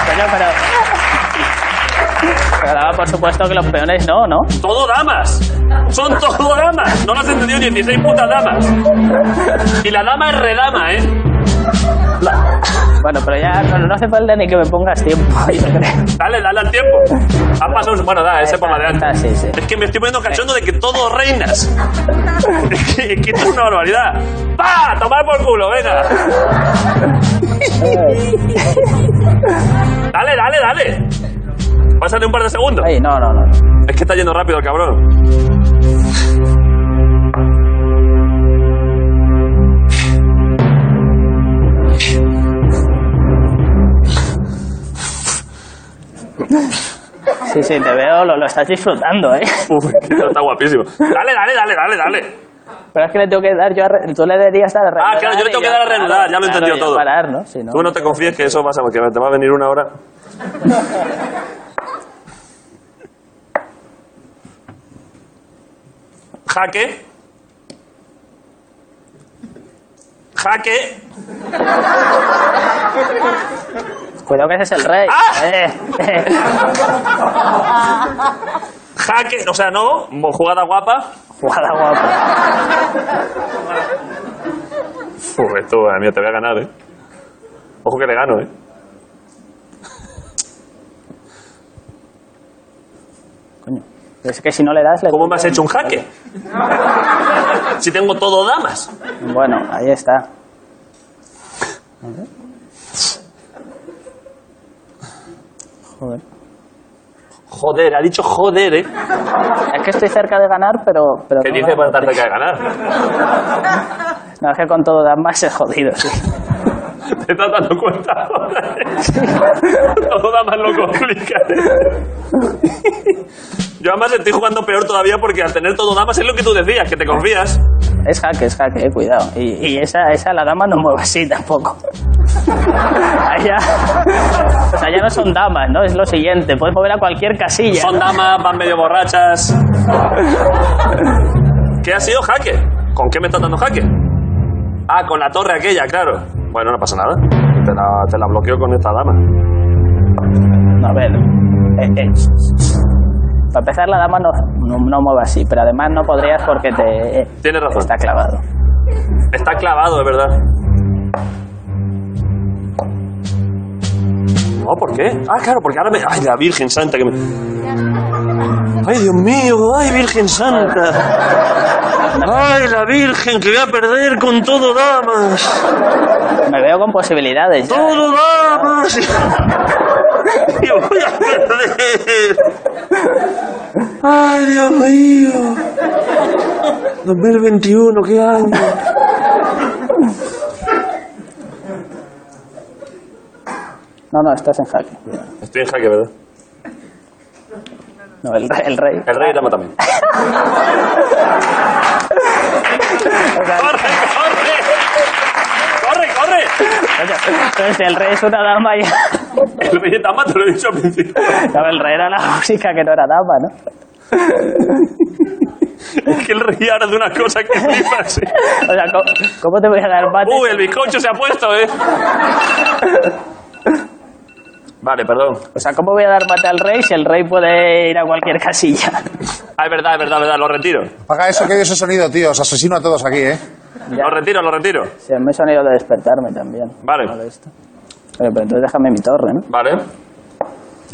[SPEAKER 5] Coño, pero... Pero daba por supuesto que los peones no, ¿no?
[SPEAKER 1] ¡Todo damas! ¡Son todo damas! No lo has entendido, 16 putas damas. Y la dama es redama, ¿eh?
[SPEAKER 5] Bueno, pero ya no, no hace falta ni que me pongas tiempo, yo creo.
[SPEAKER 1] Dale, dale al tiempo. Ah, Han pasado. un- Bueno, da, ese
[SPEAKER 5] está,
[SPEAKER 1] para la de
[SPEAKER 5] está,
[SPEAKER 1] antes.
[SPEAKER 5] sí, sí.
[SPEAKER 1] Es que me estoy poniendo cachondo de que todo reinas. Es que, es que esto es una barbaridad. ¡Pa! Tomar por culo, venga. Dale, dale, dale. Pásate un par de segundos.
[SPEAKER 5] Ay, no, no, no.
[SPEAKER 1] Es que está yendo rápido el cabrón.
[SPEAKER 5] Sí, sí, te veo, lo, lo estás disfrutando, ¿eh?
[SPEAKER 1] Uf, que esto está guapísimo. Dale, dale, dale, dale, dale.
[SPEAKER 5] Pero es que le tengo que dar yo a... re- Tú le deberías dar a
[SPEAKER 1] Ah, claro, yo le tengo que dar a reanudar, ya lo he entendido todo.
[SPEAKER 5] parar, ¿no? Si no...
[SPEAKER 1] Tú no te confíes que eso pasa, porque te va a venir una hora. Jaque. Jaque.
[SPEAKER 5] Cuidado que ese es el rey.
[SPEAKER 1] ¡Ah!
[SPEAKER 5] Eh,
[SPEAKER 1] Jaque. O sea, no. mo- Jugada guapa.
[SPEAKER 5] Jugada guapa.
[SPEAKER 1] Uf, esto, madre mía, te voy a ganar, ¿eh? Ojo que le gano, ¿eh?
[SPEAKER 5] Coño. Es que si no le das, le.
[SPEAKER 1] ¿Cómo me has hecho un jaque? Si tengo todo damas.
[SPEAKER 5] Bueno, ahí está. Joder.
[SPEAKER 1] Joder, ha dicho joder, ¿eh?
[SPEAKER 5] Es que estoy cerca de ganar, pero. pero
[SPEAKER 1] ¿Qué
[SPEAKER 5] no
[SPEAKER 1] dice para
[SPEAKER 5] gano.
[SPEAKER 1] tarde que ganar?
[SPEAKER 5] No, es que con todo damas es jodido, sí.
[SPEAKER 1] Te estás dando cuenta ahora, ¿eh? Todo damas lo complica. ¿eh? Yo además estoy jugando peor todavía porque al tener todo damas es lo que tú decías, que te confías.
[SPEAKER 5] Es jaque, es jaque, eh, cuidado. Y, y esa, esa, la dama no mueve así tampoco. Allá. O sea, ya no son damas, ¿no? Es lo siguiente. Puedes mover a cualquier casilla.
[SPEAKER 1] Son damas, van medio borrachas. ¿Qué ha sido jaque? ¿Con qué me estás dando jaque? Ah, con la torre aquella, claro. Bueno, no pasa nada. Te la, te la bloqueo con esta dama.
[SPEAKER 5] A ver. eh, eh. Para empezar, la dama no, no, no mueve así, pero además no podrías porque te.
[SPEAKER 1] Tienes razón.
[SPEAKER 5] Está clavado.
[SPEAKER 1] Está clavado, es verdad. No, ¿por qué? Ah, claro, porque ahora me... Ay, la Virgen Santa que me... Ay, Dios mío, ay, Virgen Santa. Ay, la Virgen que voy a perder con todo damas.
[SPEAKER 5] Me veo con posibilidades. ya. ¿eh?
[SPEAKER 1] Todo damas. Yo voy a perder. Ay, Dios mío. 2021, qué año.
[SPEAKER 5] No, no, estás en jaque.
[SPEAKER 1] Estoy en jaque, ¿verdad?
[SPEAKER 5] No, el, rey- el rey.
[SPEAKER 1] El rey dama también. ¡Corre, corre! ¡Corre, corre!
[SPEAKER 5] Coño, Entonces, el rey es una dama y.
[SPEAKER 1] El rey dama te lo he dicho al principio.
[SPEAKER 5] No, el rey era la música que no era dama, ¿no?
[SPEAKER 1] Es que el rey ahora de una cosa que flipas. ¿eh?
[SPEAKER 5] O sea, ¿cómo, cómo te voy a dar mate?
[SPEAKER 1] ¡Uy, el bizcocho se ha puesto, eh! Vale, perdón.
[SPEAKER 5] O sea, ¿cómo voy a dar mate al rey si el rey puede ir a cualquier casilla?
[SPEAKER 1] Ah, es verdad, es verdad, es verdad. Lo retiro.
[SPEAKER 4] Paga eso que dio ese sonido, tío. Os asesino a todos aquí, ¿eh?
[SPEAKER 1] Lo retiro, lo retiro.
[SPEAKER 5] Se me he sonido de despertarme también.
[SPEAKER 1] Vale.
[SPEAKER 5] Vale, esto. Oye, pero entonces déjame mi torre, ¿no?
[SPEAKER 1] Vale.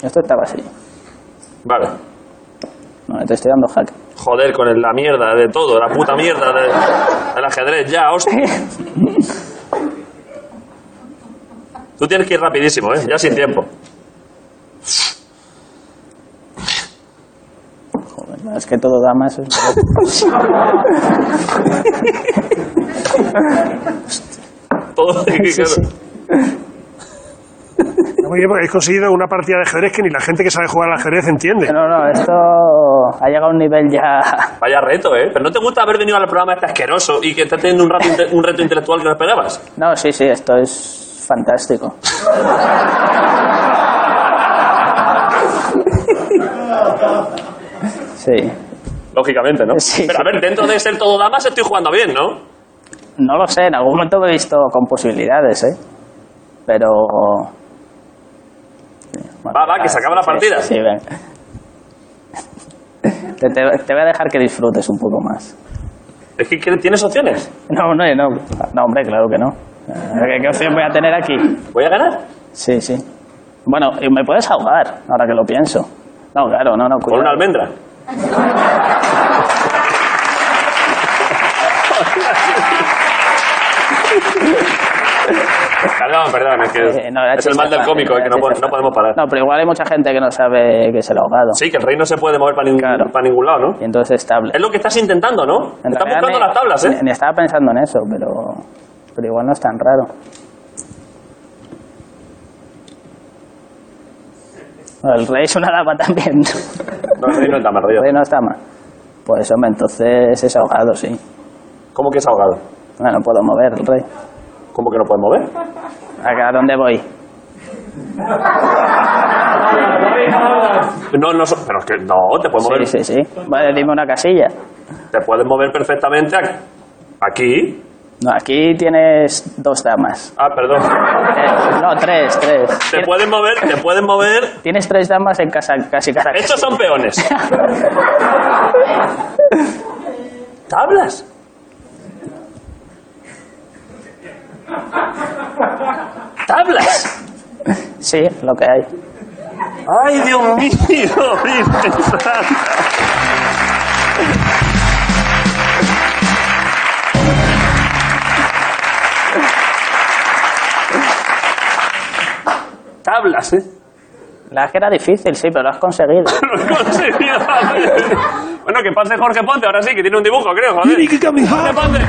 [SPEAKER 5] Esto estaba así.
[SPEAKER 1] Vale.
[SPEAKER 5] No, te estoy dando hack.
[SPEAKER 1] Joder, con el- la mierda de todo, la puta mierda de... El ajedrez, ya, hostia. Tú tienes que ir rapidísimo, ¿eh? Ya sin tiempo.
[SPEAKER 5] Joder, es que todo da más.
[SPEAKER 1] Todo.
[SPEAKER 2] Oye, porque habéis conseguido una partida de ajedrez que ni la gente que sabe jugar al ajedrez entiende.
[SPEAKER 5] No, no, esto ha llegado a un nivel ya.
[SPEAKER 1] Vaya reto, ¿eh? Pero no te gusta haber venido al programa este asqueroso y que estás teniendo un, rato inte- un reto intelectual que no esperabas.
[SPEAKER 5] No, sí, sí, esto es fantástico. Sí.
[SPEAKER 1] Lógicamente, ¿no?
[SPEAKER 5] Sí.
[SPEAKER 1] Pero a ver, dentro de ser todo damas estoy jugando bien, ¿no?
[SPEAKER 5] No lo sé, en algún momento me he visto con posibilidades, ¿eh? Pero.
[SPEAKER 1] Va, va, que se acaba la
[SPEAKER 5] ah, sí,
[SPEAKER 1] partida.
[SPEAKER 5] Sí, ven. Te, te- te voy a dejar que disfrutes un poco más.
[SPEAKER 1] Es que que tienes opciones.
[SPEAKER 5] No, no, no. No, hombre, claro que no. ¿Qué, qué opción voy a tener aquí?
[SPEAKER 1] Voy a ganar.
[SPEAKER 5] Sí, sí. Bueno, y me puedes ahogar, ahora que lo pienso. No, claro, no, no,
[SPEAKER 1] Con una
[SPEAKER 5] cuidado.
[SPEAKER 1] almendra. Perdón, perdón, es que
[SPEAKER 5] Eh, no, era
[SPEAKER 1] es el
[SPEAKER 5] chiste
[SPEAKER 1] mal del
[SPEAKER 5] fácil,
[SPEAKER 1] cómico, es
[SPEAKER 5] era
[SPEAKER 1] que no,
[SPEAKER 5] chiste
[SPEAKER 1] po- no podemos parar.
[SPEAKER 5] No, pero igual hay mucha gente que no sabe que es el ahogado.
[SPEAKER 1] Sí, que el rey no se puede mover para ningún,
[SPEAKER 5] Claro.
[SPEAKER 1] para ningún lado, ¿no?
[SPEAKER 5] Y entonces estable.
[SPEAKER 1] Es lo que estás intentando, ¿no?
[SPEAKER 5] En
[SPEAKER 1] Estás
[SPEAKER 5] realidad
[SPEAKER 1] buscando
[SPEAKER 5] ni-
[SPEAKER 1] las tablas,
[SPEAKER 5] Ni,
[SPEAKER 1] ¿eh?
[SPEAKER 5] ni estaba pensando en eso, pero, pero igual no es tan raro. El rey es una dama también.
[SPEAKER 1] No, el rey no está mal,
[SPEAKER 5] El
[SPEAKER 1] rey.
[SPEAKER 5] rey no está mal. Pues hombre, entonces es ahogado, sí.
[SPEAKER 1] ¿Cómo que es ahogado?
[SPEAKER 5] Bueno, puedo mover el rey.
[SPEAKER 1] ¿Cómo que no puedes mover?
[SPEAKER 5] ¿A dónde voy?
[SPEAKER 1] No, no, so- pero es que no, te puedes mover.
[SPEAKER 5] Sí, sí, sí. Vale, dime una casilla.
[SPEAKER 1] Te puedes mover perfectamente a- aquí.
[SPEAKER 5] No, aquí tienes dos damas.
[SPEAKER 1] Ah, perdón.
[SPEAKER 5] Eh, no, tres, tres.
[SPEAKER 1] Te puedes mover, te puedes mover.
[SPEAKER 5] Tienes tres damas en casa, casi cara. a cara.
[SPEAKER 1] Estos son peones. ¿Tablas? ¿Tablas?
[SPEAKER 5] Sí, lo que hay.
[SPEAKER 1] ¡Ay, Dios mío! Virgen Santa. Tablas, ¿eh?
[SPEAKER 5] La verdad es que era difícil, sí, pero lo has conseguido.
[SPEAKER 1] Lo he conseguido. Bueno, que pase Jorge Ponte, ahora sí, que tiene un dibujo, creo, joder.
[SPEAKER 6] Tiene que
[SPEAKER 1] Jorge
[SPEAKER 6] caminar.
[SPEAKER 1] Ponte.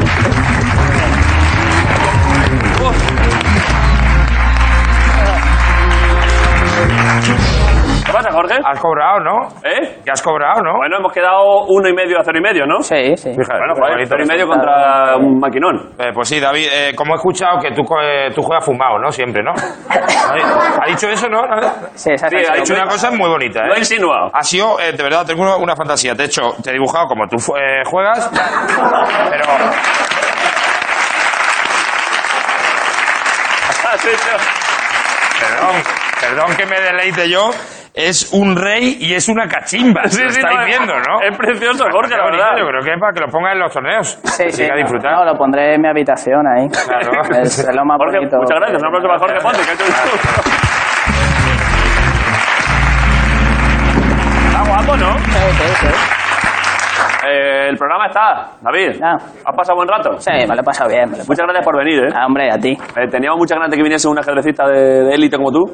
[SPEAKER 1] ¿Qué pasa, Jorge?
[SPEAKER 3] Has cobrado, ¿no?
[SPEAKER 1] ¿Eh?
[SPEAKER 3] Que has cobrado, ¿no?
[SPEAKER 1] Bueno, hemos quedado uno y medio a cero y medio, ¿no?
[SPEAKER 5] Sí, sí.
[SPEAKER 3] Fíjate,
[SPEAKER 1] Bueno,
[SPEAKER 3] qué
[SPEAKER 1] joder,
[SPEAKER 3] bonito
[SPEAKER 1] cero y medio
[SPEAKER 5] resultado.
[SPEAKER 1] contra un maquinón.
[SPEAKER 3] Eh, pues sí, David, eh, como he escuchado que tú, co- eh, tú juegas fumado, ¿no? Siempre, ¿no? ¿Ha ha dicho eso, no? Ha
[SPEAKER 5] Sí, esa
[SPEAKER 1] Sí,
[SPEAKER 5] canción.
[SPEAKER 1] ha
[SPEAKER 3] dicho una cosa muy bonita,
[SPEAKER 1] Lo he
[SPEAKER 3] ¿eh?
[SPEAKER 1] insinuado.
[SPEAKER 3] Ha sido, eh, de verdad, tengo una, una fantasía. Te he hecho, te he dibujado como tú eh, juegas, pero
[SPEAKER 1] Has hecho-
[SPEAKER 3] perdón, perdón que me deleite yo. Es un rey y es una cachimba.
[SPEAKER 1] Sí,
[SPEAKER 3] lo
[SPEAKER 1] sí,
[SPEAKER 3] estáis
[SPEAKER 1] no, es-
[SPEAKER 3] viendo, ¿no?
[SPEAKER 1] Es precioso,
[SPEAKER 3] Qué
[SPEAKER 1] Jorge, la
[SPEAKER 3] bonito,
[SPEAKER 1] verdad.
[SPEAKER 3] Yo creo que es para que lo pongas en los torneos.
[SPEAKER 5] Sí, sí.
[SPEAKER 3] Que
[SPEAKER 5] no,
[SPEAKER 3] disfrutar.
[SPEAKER 5] No, lo pondré en mi habitación ahí.
[SPEAKER 3] Claro.
[SPEAKER 5] Es lo más
[SPEAKER 1] Jorge,
[SPEAKER 5] bonito.
[SPEAKER 1] muchas gracias. Un aplauso para Jorge Ponte, que ha hecho un Está guapo, ¿no?
[SPEAKER 5] Sí, sí, sí.
[SPEAKER 1] Eh, el programa está, David.
[SPEAKER 5] Ah.
[SPEAKER 1] ¿Has pasado buen rato?
[SPEAKER 5] Sí, me lo he pasado bien. me lo he
[SPEAKER 1] Muchas
[SPEAKER 5] pasado
[SPEAKER 1] gracias por
[SPEAKER 5] bien.
[SPEAKER 1] venir, ¿eh?
[SPEAKER 5] Ah, hombre, a ti.
[SPEAKER 1] Eh, teníamos muchas ganas de que viniese un ajedrecista de de élite como tú.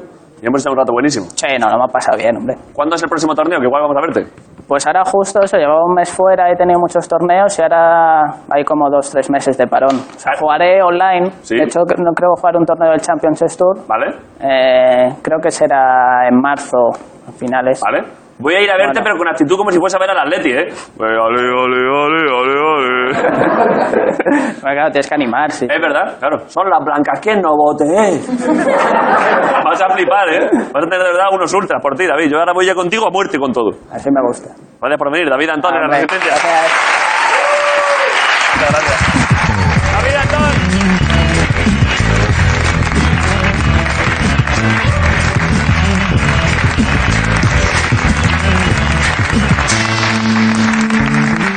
[SPEAKER 1] Y hemos estado un rato buenísimo.
[SPEAKER 5] Sí, no, lo hemos pasado bien, hombre.
[SPEAKER 1] ¿Cuándo es el próximo torneo? Que igual vamos a verte.
[SPEAKER 5] Pues ahora justo eso, llevaba un mes fuera, he tenido muchos torneos y ahora hay como dos, tres meses de parón. O sea,
[SPEAKER 1] Ah.
[SPEAKER 5] jugaré online.
[SPEAKER 1] Sí.
[SPEAKER 5] De hecho, no creo jugar un torneo del Champions Chess Tour.
[SPEAKER 1] ¿Vale?
[SPEAKER 5] Eh, creo que será en marzo, a finales.
[SPEAKER 1] ¿Vale? Voy a ir a verte,
[SPEAKER 5] Vale.
[SPEAKER 1] pero con actitud como si fuese a ver al Atleti, ¿eh? Ole, ole, ole, ole, ole, ole.
[SPEAKER 5] Bueno, claro, tienes que animar, sí.
[SPEAKER 1] Es verdad, claro. Son las blancas que no vote. Vas a flipar, ¿eh? Vas a tener de verdad unos ultras por ti, David. Yo ahora voy ya contigo a muerte con todo.
[SPEAKER 5] Así me gusta.
[SPEAKER 1] Gracias por venir, David Antón, de la
[SPEAKER 5] Hombre,
[SPEAKER 1] Resistencia.
[SPEAKER 5] gracias.
[SPEAKER 1] Muchas gracias. David Antón.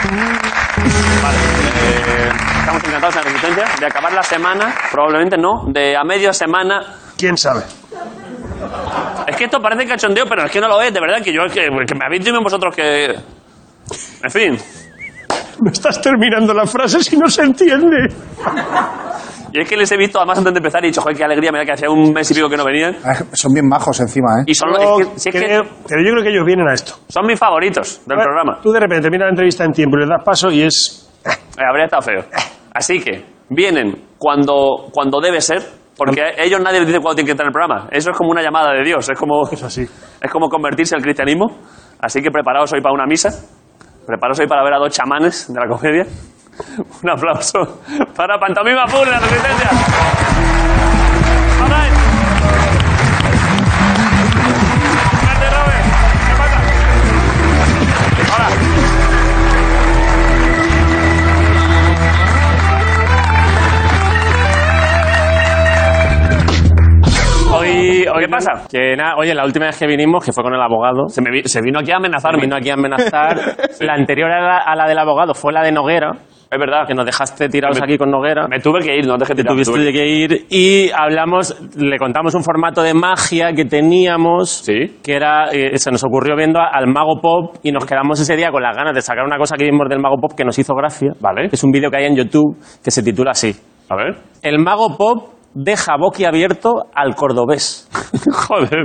[SPEAKER 1] Vale, eh, Estamos encantados en la resistencia de acabar la semana, probablemente no, de a media semana
[SPEAKER 2] ¿Quién sabe?
[SPEAKER 1] es que esto parece cachondeo, pero es que no lo es, de verdad, que yo es que, que me habéis dicho vosotros que... En fin.
[SPEAKER 2] No estás terminando la frase si no se entiende.
[SPEAKER 3] Y es que les he visto, además, antes de empezar, y he dicho, joder, qué alegría me da que hacía un mes y pico que no venían.
[SPEAKER 4] Ah, Son bien majos encima, ¿eh?
[SPEAKER 3] Y son,
[SPEAKER 2] Yo
[SPEAKER 3] es que- si es que
[SPEAKER 2] creo- Pero yo creo que ellos vienen a esto.
[SPEAKER 3] son mis favoritos del
[SPEAKER 2] Ahora,
[SPEAKER 3] programa.
[SPEAKER 2] Tú de repente miras la entrevista en tiempo y le das paso y es.
[SPEAKER 3] Eh, habría estado feo. Así que vienen cuando, cuando debe ser, porque a ellos nadie les dice cuándo tienen que entrar en el programa. Eso es como una llamada de Dios, es como,
[SPEAKER 2] Es así.
[SPEAKER 3] es como convertirse al cristianismo. Así que preparaos hoy para una misa, preparaos hoy para ver a dos chamanes de la comedia. Un aplauso para Pantomima Full, la resistencia. All right. Grande, Robert. ¿Qué pasa? Hola.
[SPEAKER 1] Hoy, hoy
[SPEAKER 3] ¿Qué pasa?
[SPEAKER 1] Que nada, oye, la última vez que vinimos, que fue con el abogado,
[SPEAKER 3] Se, me vi- se vino aquí a amenazarme.
[SPEAKER 1] vino aquí a amenazar. La anterior a la, a la del abogado fue la de Noguera,
[SPEAKER 3] Es verdad.
[SPEAKER 1] que nos dejaste tirados
[SPEAKER 3] Me-
[SPEAKER 1] aquí con Noguera.
[SPEAKER 3] Me tuve que ir, no dejé
[SPEAKER 1] Te
[SPEAKER 3] tirar. tuve
[SPEAKER 1] tuviste que ir y hablamos, le contamos un formato de magia que teníamos,
[SPEAKER 3] Sí.
[SPEAKER 1] que era, eh, se nos ocurrió viendo a- al Mago Pop y nos quedamos ese día con las ganas de sacar una cosa que vimos del Mago Pop que nos hizo gracia.
[SPEAKER 3] Vale.
[SPEAKER 1] Es un vídeo que hay en YouTube que se titula así.
[SPEAKER 3] A ver.
[SPEAKER 1] El Mago Pop deja boquiabierto al cordobés.
[SPEAKER 3] Joder.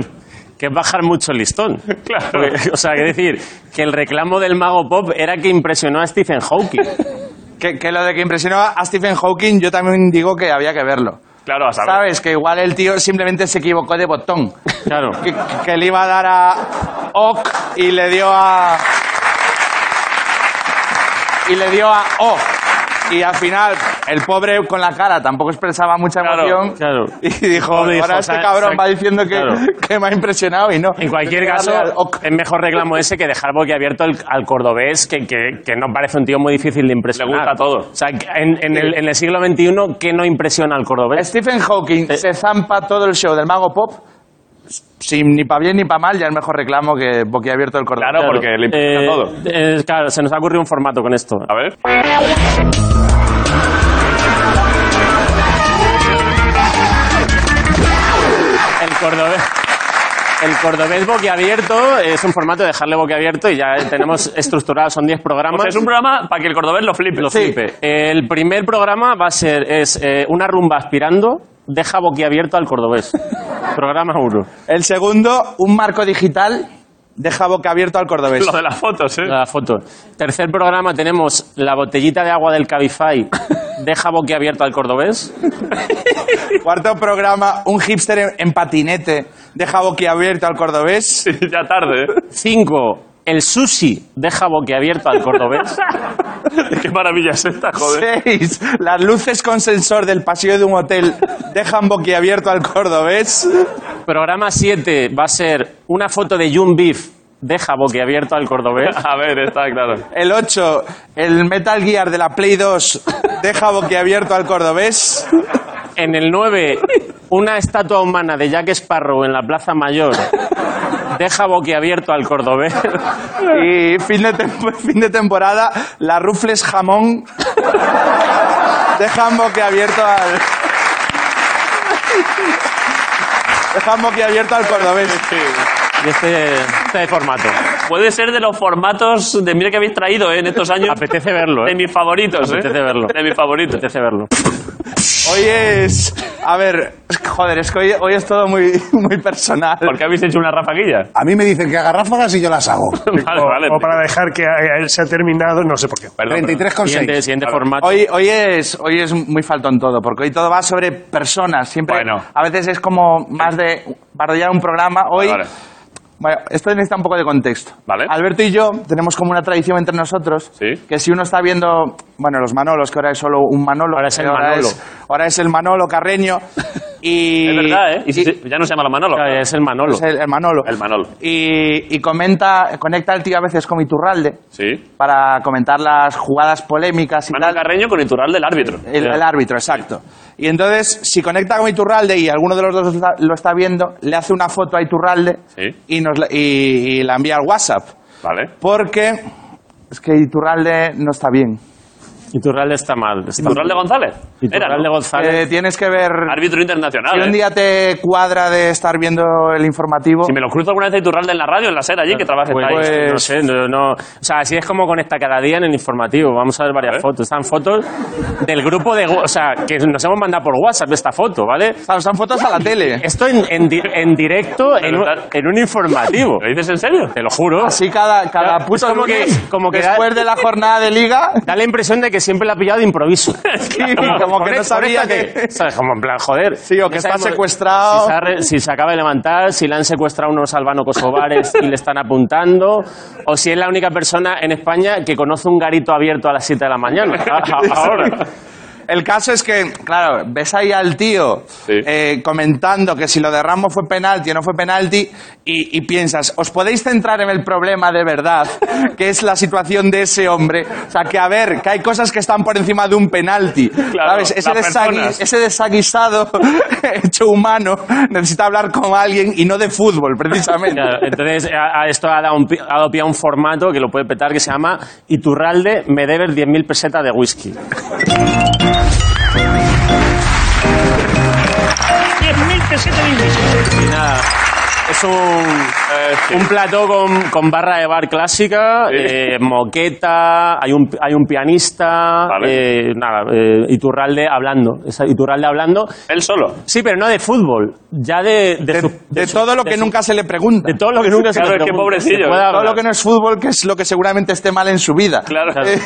[SPEAKER 1] que es bajar mucho el listón.
[SPEAKER 3] Claro.
[SPEAKER 1] Porque, o sea, que decir, que el reclamo del mago pop era que impresionó a Stephen Hawking.
[SPEAKER 8] Que, que lo de que impresionó a Stephen Hawking, yo también digo que había que verlo.
[SPEAKER 3] Claro, a saber.
[SPEAKER 8] ¿Sabes? Que igual el tío simplemente se equivocó de botón.
[SPEAKER 1] Claro.
[SPEAKER 8] Que, que le iba a dar a OK y le dio a. Y le dio a O. Y al final, el pobre con la cara tampoco expresaba mucha
[SPEAKER 3] Claro,
[SPEAKER 8] emoción.
[SPEAKER 1] claro.
[SPEAKER 8] Y dijo:
[SPEAKER 1] Pobre hijo,
[SPEAKER 8] Ahora este
[SPEAKER 1] sa-
[SPEAKER 8] cabrón
[SPEAKER 1] sa-
[SPEAKER 8] va diciendo que,
[SPEAKER 1] claro.
[SPEAKER 8] que me ha impresionado y no.
[SPEAKER 1] En cualquier
[SPEAKER 8] Hay que
[SPEAKER 1] caso,
[SPEAKER 8] darle al OK.
[SPEAKER 1] es mejor reclamo ese que dejar boquiabierto al, al cordobés, que, que- que no parece un tío muy difícil de impresionar.
[SPEAKER 3] Le gusta todo.
[SPEAKER 1] O sea, que en, en el, en el siglo XXI, ¿qué no impresiona al cordobés?
[SPEAKER 8] Stephen Hawking
[SPEAKER 3] Eh.
[SPEAKER 8] se zampa todo el show del Mago Pop. Sin ni para bien ni para mal, ya es mejor reclamo que boquiabierto el cordón.
[SPEAKER 3] Claro, porque le impresiona
[SPEAKER 1] Eh,
[SPEAKER 3] todo.
[SPEAKER 1] eh, claro, se nos ha ocurrido un formato con esto.
[SPEAKER 3] A ver.
[SPEAKER 1] El cordobés. El cordobés boquiabierto es un formato de dejarle boquiabierto y ya tenemos estructurado, son 10
[SPEAKER 3] O
[SPEAKER 1] programas.
[SPEAKER 3] sea, Pues es un programa para que el cordobés lo flipe.
[SPEAKER 1] Lo flipe. El primer programa va a ser es eh, una rumba aspirando, deja boquiabierto al cordobés. programa 1.
[SPEAKER 8] El segundo, un marco digital, deja boca abierto al cordobés.
[SPEAKER 3] Lo de las fotos, ¿eh?
[SPEAKER 1] La foto. Tercer programa tenemos la botellita de agua del Cabify, deja boquiabierto al cordobés.
[SPEAKER 8] Cuarto programa, un hipster en, en patinete, deja boca abierto al cordobés.
[SPEAKER 3] ya tarde, ¿eh?
[SPEAKER 1] 5. El sushi deja boquiabierto al cordobés.
[SPEAKER 3] Qué maravilla es esta, joder.
[SPEAKER 8] Seis, las luces con sensor del pasillo de un hotel dejan boquiabierto al cordobés.
[SPEAKER 1] Programa 7 va a ser una foto de Jun Beef, deja boquiabierto al cordobés.
[SPEAKER 3] A ver, está claro.
[SPEAKER 8] El 8, el Metal Gear de la Play 2 deja boquiabierto al cordobés.
[SPEAKER 1] En el 9, una estatua humana de Jack Sparrow en la Plaza Mayor deja boquiabierto al cordobés.
[SPEAKER 8] Y fin de, tem- fin de temporada, la Rufles Jamón dejan boquiabierto al... Dejan boquiabierto al cordobés.
[SPEAKER 1] Y este, este formato.
[SPEAKER 3] Puede ser de los formatos de mira que habéis traído ¿eh? en estos años.
[SPEAKER 1] Apetece verlo,
[SPEAKER 3] De
[SPEAKER 1] ¿eh?
[SPEAKER 3] mis favoritos, ¿eh?
[SPEAKER 1] Apetece verlo.
[SPEAKER 3] De mis favoritos.
[SPEAKER 1] Apetece verlo.
[SPEAKER 8] Hoy es... A ver, joder, es que hoy, hoy es todo muy, muy personal.
[SPEAKER 3] ¿Por qué habéis hecho una rafaguilla?
[SPEAKER 4] A mí me dicen que haga ráfagas y yo las hago.
[SPEAKER 3] Vale,
[SPEAKER 2] o,
[SPEAKER 3] vale.
[SPEAKER 2] o para dejar que a- a él se ha terminado, no sé por qué.
[SPEAKER 3] Perdón,
[SPEAKER 1] Siguiente,
[SPEAKER 4] 33,6.
[SPEAKER 1] siguiente formato.
[SPEAKER 8] Hoy, hoy, es, hoy es muy faltón todo, porque hoy todo va sobre personas. Siempre,
[SPEAKER 3] Bueno.
[SPEAKER 8] A veces es como más de parodiar un programa. Hoy,
[SPEAKER 3] Vale, vale.
[SPEAKER 8] Bueno, esto necesita un poco de contexto.
[SPEAKER 3] Vale.
[SPEAKER 8] Alberto y yo tenemos como una tradición entre nosotros,
[SPEAKER 3] Sí.
[SPEAKER 8] que si uno está viendo, bueno, los Manolos, que ahora es solo un Manolo.
[SPEAKER 1] Ahora es el
[SPEAKER 8] que
[SPEAKER 1] Manolo.
[SPEAKER 8] es- ahora es el Manolo Carreño. Y,
[SPEAKER 3] Es verdad, ¿eh? Y si-
[SPEAKER 8] y-
[SPEAKER 3] si- ya no se llama la Manolo.
[SPEAKER 1] Claro, Es el Manolo.
[SPEAKER 8] es el, el Manolo.
[SPEAKER 3] El Manolo.
[SPEAKER 8] Y, y comenta, conecta al tío a veces con Iturralde
[SPEAKER 3] Sí.
[SPEAKER 8] para comentar las jugadas polémicas y
[SPEAKER 3] Manuel
[SPEAKER 8] tal.
[SPEAKER 3] Carreño con Iturral del árbitro.
[SPEAKER 8] El, el árbitro, exacto. Y entonces, si conecta con Iturralde y alguno de los dos lo está- lo está viendo, le hace una foto a Iturralde
[SPEAKER 3] Sí.
[SPEAKER 8] y, nos, la- y- y la envía al WhatsApp.
[SPEAKER 3] Vale.
[SPEAKER 8] Porque es que Iturralde no está bien.
[SPEAKER 1] Iturralde está mal. Está
[SPEAKER 3] Iturralde González. Era,
[SPEAKER 1] Iturralde
[SPEAKER 3] ¿no?
[SPEAKER 1] González.
[SPEAKER 8] Eh, tienes que ver.
[SPEAKER 3] Árbitro internacional.
[SPEAKER 8] Si un
[SPEAKER 3] ¿eh?
[SPEAKER 8] día te cuadra de estar viendo el informativo.
[SPEAKER 3] Si me lo cruzo alguna vez a Iturralde en la radio, en la SER allí, que trabaja
[SPEAKER 1] Pues,
[SPEAKER 3] está ahí.
[SPEAKER 1] no sé, no, no- O sea, así es como conecta cada día en el informativo. Vamos a ver varias fotos. Están fotos del grupo de. Wha- O sea, que nos hemos mandado por WhatsApp esta foto, ¿vale?
[SPEAKER 8] Claro, son fotos a la tele.
[SPEAKER 1] Esto en, en di- en directo en un, en un informativo.
[SPEAKER 3] ¿Lo dices en serio? ¿Ah,
[SPEAKER 1] Te lo juro.
[SPEAKER 8] Así cada, cada
[SPEAKER 1] Es
[SPEAKER 8] puto
[SPEAKER 1] como que-
[SPEAKER 8] lunes,
[SPEAKER 1] como que da-
[SPEAKER 8] después de la jornada de liga,
[SPEAKER 1] Da la impresión de que siempre la ha pillado de improviso. Sí,
[SPEAKER 8] como que no sabía que-
[SPEAKER 1] ¿Sabes? Como en plan, joder.
[SPEAKER 8] Sí, o que
[SPEAKER 1] No
[SPEAKER 8] está
[SPEAKER 1] sabemos
[SPEAKER 8] secuestrado.
[SPEAKER 1] Si se, ha re- si se acaba de levantar, si le han secuestrado unos albano-kosovares y le están apuntando, o si es la única persona en España que conoce un garito abierto a las 7 de la mañana. A- a- Ahora.
[SPEAKER 8] El caso es que, claro, ves ahí al tío eh, comentando que si lo de Ramos fue penalti o no fue penalti y, y piensas, os podéis centrar en el problema de verdad, que es la situación de ese hombre. O sea, que a ver, que hay cosas que están por encima de un penalti. ¿Sabes? Ese,
[SPEAKER 3] las
[SPEAKER 8] desagui-
[SPEAKER 3] personas.
[SPEAKER 8] ese desaguisado hecho humano necesita hablar con alguien y no de fútbol, precisamente.
[SPEAKER 1] Claro, entonces, a, a esto ha dado, un pi- ha dado pie a un formato que lo puede petar que se llama Iturralde, me debes 10.000 pesetas de whisky.
[SPEAKER 9] 10.000 pesetas de whisky.
[SPEAKER 1] Y nada, es eh, un, un plató con, con barra de bar clásica, eh, moqueta, hay un, hay un pianista,
[SPEAKER 3] Vale.
[SPEAKER 1] eh, nada, eh, Iturralde hablando. es Iturralde hablando.
[SPEAKER 3] Él solo.
[SPEAKER 1] Sí, pero no de fútbol, ya de... De,
[SPEAKER 8] De,
[SPEAKER 1] su-
[SPEAKER 8] de
[SPEAKER 1] su-
[SPEAKER 8] todo lo
[SPEAKER 1] de
[SPEAKER 8] que
[SPEAKER 1] su-
[SPEAKER 8] nunca se le pregunta.
[SPEAKER 1] De todo lo que nunca se le
[SPEAKER 3] Claro, es que
[SPEAKER 1] pregunta, se
[SPEAKER 3] pobrecillo,
[SPEAKER 1] puede
[SPEAKER 8] todo
[SPEAKER 1] hablar.
[SPEAKER 8] lo que no es fútbol, que es lo que seguramente esté mal en su vida.
[SPEAKER 3] Claro.
[SPEAKER 8] Eh,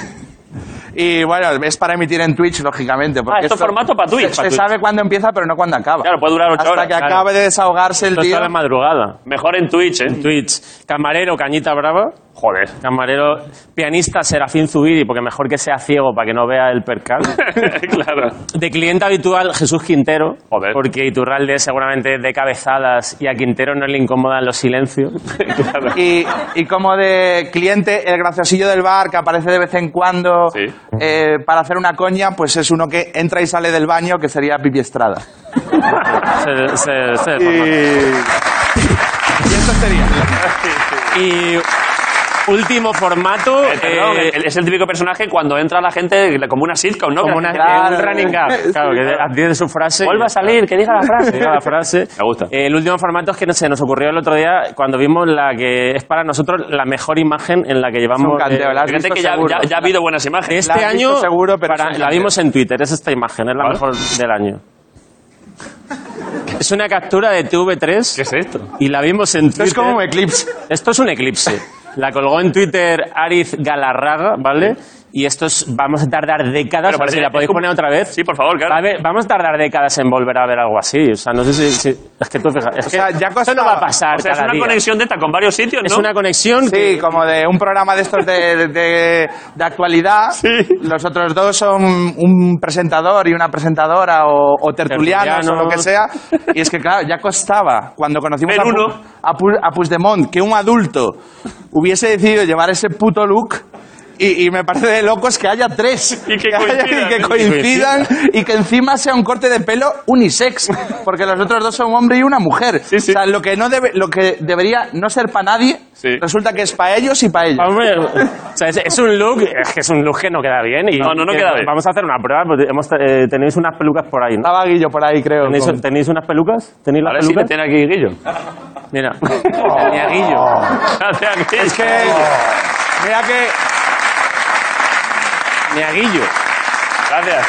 [SPEAKER 8] y bueno, es para emitir en Twitch, lógicamente.
[SPEAKER 3] Ah,
[SPEAKER 8] Porque
[SPEAKER 3] esto es formato para Twitch.
[SPEAKER 8] Se,
[SPEAKER 3] Para
[SPEAKER 8] se
[SPEAKER 3] Twitch.
[SPEAKER 8] sabe cuándo empieza, pero no cuándo acaba.
[SPEAKER 3] Claro, puede durar ocho
[SPEAKER 8] Hasta
[SPEAKER 3] horas,
[SPEAKER 8] que
[SPEAKER 3] claro.
[SPEAKER 8] acabe de desahogarse el
[SPEAKER 1] Esto es
[SPEAKER 8] tío.
[SPEAKER 1] toda la madrugada.
[SPEAKER 3] Mejor en Twitch, ¿eh?
[SPEAKER 1] Twitch. Camarero, Cañita Brava. Joder. Camarero, pianista, Serafín Zubiri, porque mejor que sea ciego para que no vea el percal.
[SPEAKER 3] claro.
[SPEAKER 1] De cliente habitual, Jesús Quintero.
[SPEAKER 3] Joder.
[SPEAKER 1] Porque Iturralde seguramente de cabezadas y a Quintero no le incomodan los silencios.
[SPEAKER 3] claro.
[SPEAKER 8] Y, y como de cliente, el graciosillo del bar que aparece de vez en cuando
[SPEAKER 3] Sí.
[SPEAKER 8] eh, para hacer una coña, pues es uno que entra y sale del baño, que sería Pipi Estrada.
[SPEAKER 1] Se- se- se-
[SPEAKER 8] Y eso sería.
[SPEAKER 1] Y último formato.
[SPEAKER 3] Eh, perdón,
[SPEAKER 1] eh,
[SPEAKER 3] el- es el típico personaje cuando entra la gente como una sitcom, ¿no?
[SPEAKER 1] como
[SPEAKER 3] Que
[SPEAKER 1] una,
[SPEAKER 3] la gente-
[SPEAKER 1] un running gag. Claro, que advierte su frase.
[SPEAKER 3] Vuelva a salir, que diga la frase.
[SPEAKER 1] Que diga la frase.
[SPEAKER 3] Me gusta.
[SPEAKER 1] Eh, el último formato es que se nos ocurrió el otro día cuando vimos la que es para nosotros la mejor imagen en la que llevamos.
[SPEAKER 8] Es un canteo,
[SPEAKER 1] eh,
[SPEAKER 8] la has
[SPEAKER 3] Fíjate
[SPEAKER 8] visto
[SPEAKER 3] que ya,
[SPEAKER 8] seguro.
[SPEAKER 3] ya- ya ha habido buenas
[SPEAKER 1] de
[SPEAKER 3] imágenes.
[SPEAKER 1] este
[SPEAKER 8] has visto
[SPEAKER 1] año
[SPEAKER 8] seguro, pero
[SPEAKER 1] para-
[SPEAKER 8] es un
[SPEAKER 1] la
[SPEAKER 8] canteo.
[SPEAKER 1] vimos en Twitter, es esta imagen, es la mejor del año. Es una captura de TV3.
[SPEAKER 3] ¿Qué es esto?
[SPEAKER 1] Y la vimos en Twitter.
[SPEAKER 8] Es como un eclipse.
[SPEAKER 1] Esto es un eclipse. La colgó en Twitter Ariz Galarraga, ¿vale? Y esto es, vamos a tardar décadas.
[SPEAKER 3] Pero
[SPEAKER 1] a ver si
[SPEAKER 3] parece-
[SPEAKER 1] la podéis
[SPEAKER 3] es como-
[SPEAKER 1] poner otra vez.
[SPEAKER 3] Sí, por favor, claro.
[SPEAKER 1] A ver, vamos a tardar décadas en volver a ver algo así. O sea, no sé si. si- es que tú fijas. Es que
[SPEAKER 8] sea,
[SPEAKER 1] esto
[SPEAKER 8] ya
[SPEAKER 1] no
[SPEAKER 8] costaba.
[SPEAKER 1] va a pasar.
[SPEAKER 3] O sea, es
[SPEAKER 1] cada
[SPEAKER 3] una
[SPEAKER 1] día.
[SPEAKER 3] conexión de esta con varios sitios, ¿no?
[SPEAKER 1] Es una conexión.
[SPEAKER 8] Sí, como de un programa de estos de, de- de actualidad. Los otros dos son un presentador y una presentadora o, o tertulianos, o lo que sea. Y es que, claro, ya costaba cuando conocimos
[SPEAKER 3] Ver
[SPEAKER 8] a, Pu-
[SPEAKER 3] uno.
[SPEAKER 8] a, Pu- a Puigdemont que un adulto hubiese decidido llevar ese puto look. Y, y me parece de locos que haya tres
[SPEAKER 3] Y que
[SPEAKER 8] haya-
[SPEAKER 3] coincidan.
[SPEAKER 8] y que coincidan y que encima sea un corte de pelo unisex, porque los otros dos son un hombre y una mujer.
[SPEAKER 3] sí.
[SPEAKER 8] O sea, lo que, no debe- lo que debería no ser para nadie,
[SPEAKER 3] Sí.
[SPEAKER 8] resulta que es para ellos y para ellos.
[SPEAKER 1] Hombre, o sea, es, es un look, es que es un look que no queda bien. Y
[SPEAKER 3] No, no, no
[SPEAKER 1] que-
[SPEAKER 3] queda bien.
[SPEAKER 1] Vamos a hacer una prueba. porque hemos, eh, tenéis unas pelucas por ahí, ¿no?
[SPEAKER 8] Estaba Guillo por ahí, creo.
[SPEAKER 1] ¿Tenéis,
[SPEAKER 8] con-
[SPEAKER 1] tenéis unas pelucas? ¿Tenéis las
[SPEAKER 3] Ahora sí que
[SPEAKER 1] pelucas?
[SPEAKER 3] tiene aquí Guillo.
[SPEAKER 1] Mira, tenía guillo.
[SPEAKER 3] Hace aquí.
[SPEAKER 8] Es que. Mira que,
[SPEAKER 1] Tenía guillo.
[SPEAKER 3] Gracias.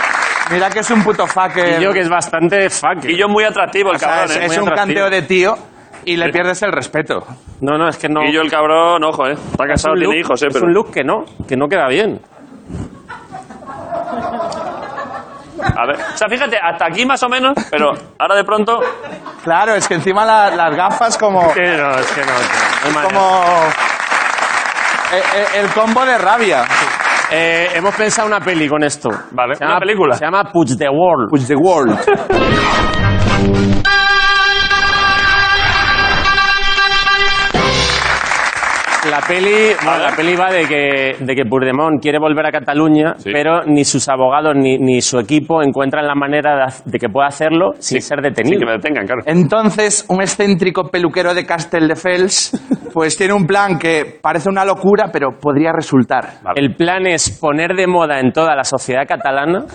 [SPEAKER 8] mira que es un puto fucker.
[SPEAKER 1] Guillo que es bastante fuck.
[SPEAKER 3] Guillo muy atractivo, el
[SPEAKER 8] O sea,
[SPEAKER 3] cabrón,
[SPEAKER 8] es,
[SPEAKER 3] ¿eh?
[SPEAKER 8] es
[SPEAKER 3] Muy
[SPEAKER 8] un
[SPEAKER 3] atractivo.
[SPEAKER 8] canteo de tío y le pierdes el respeto.
[SPEAKER 1] No, no, es que no.
[SPEAKER 3] Guillo, el cabrón, ojo, ¿eh? Está
[SPEAKER 1] es
[SPEAKER 3] casado,
[SPEAKER 1] un
[SPEAKER 3] tiene
[SPEAKER 1] look-
[SPEAKER 3] hijos, ¿eh?
[SPEAKER 1] Es
[SPEAKER 3] Pero...
[SPEAKER 1] un look que no, que no queda bien.
[SPEAKER 3] A ver. O sea, fíjate, hasta aquí más o menos, pero ahora de pronto...
[SPEAKER 8] Claro, es que encima la- las gafas como.
[SPEAKER 1] Que no, es que no. que no, no hay manera.
[SPEAKER 8] como eh, el, el- el combo de rabia.
[SPEAKER 1] Eh, hemos pensado una peli con esto.
[SPEAKER 3] Vale,
[SPEAKER 1] Se
[SPEAKER 3] una
[SPEAKER 1] llama-
[SPEAKER 3] película.
[SPEAKER 1] Se llama Push the World.
[SPEAKER 8] Push the world.
[SPEAKER 1] La peli, bueno, la peli va de que, de que Puigdemont quiere volver a Cataluña, pero ni sus abogados ni, ni su equipo encuentran la manera de, ha- de que pueda hacerlo sin ser
[SPEAKER 3] Sí,
[SPEAKER 1] detenido.
[SPEAKER 3] que me detengan, claro.
[SPEAKER 8] Entonces, un excéntrico peluquero de Castelldefels Pues tiene un plan que parece una locura, pero podría resultar.
[SPEAKER 10] El plan es poner de moda en toda la sociedad catalana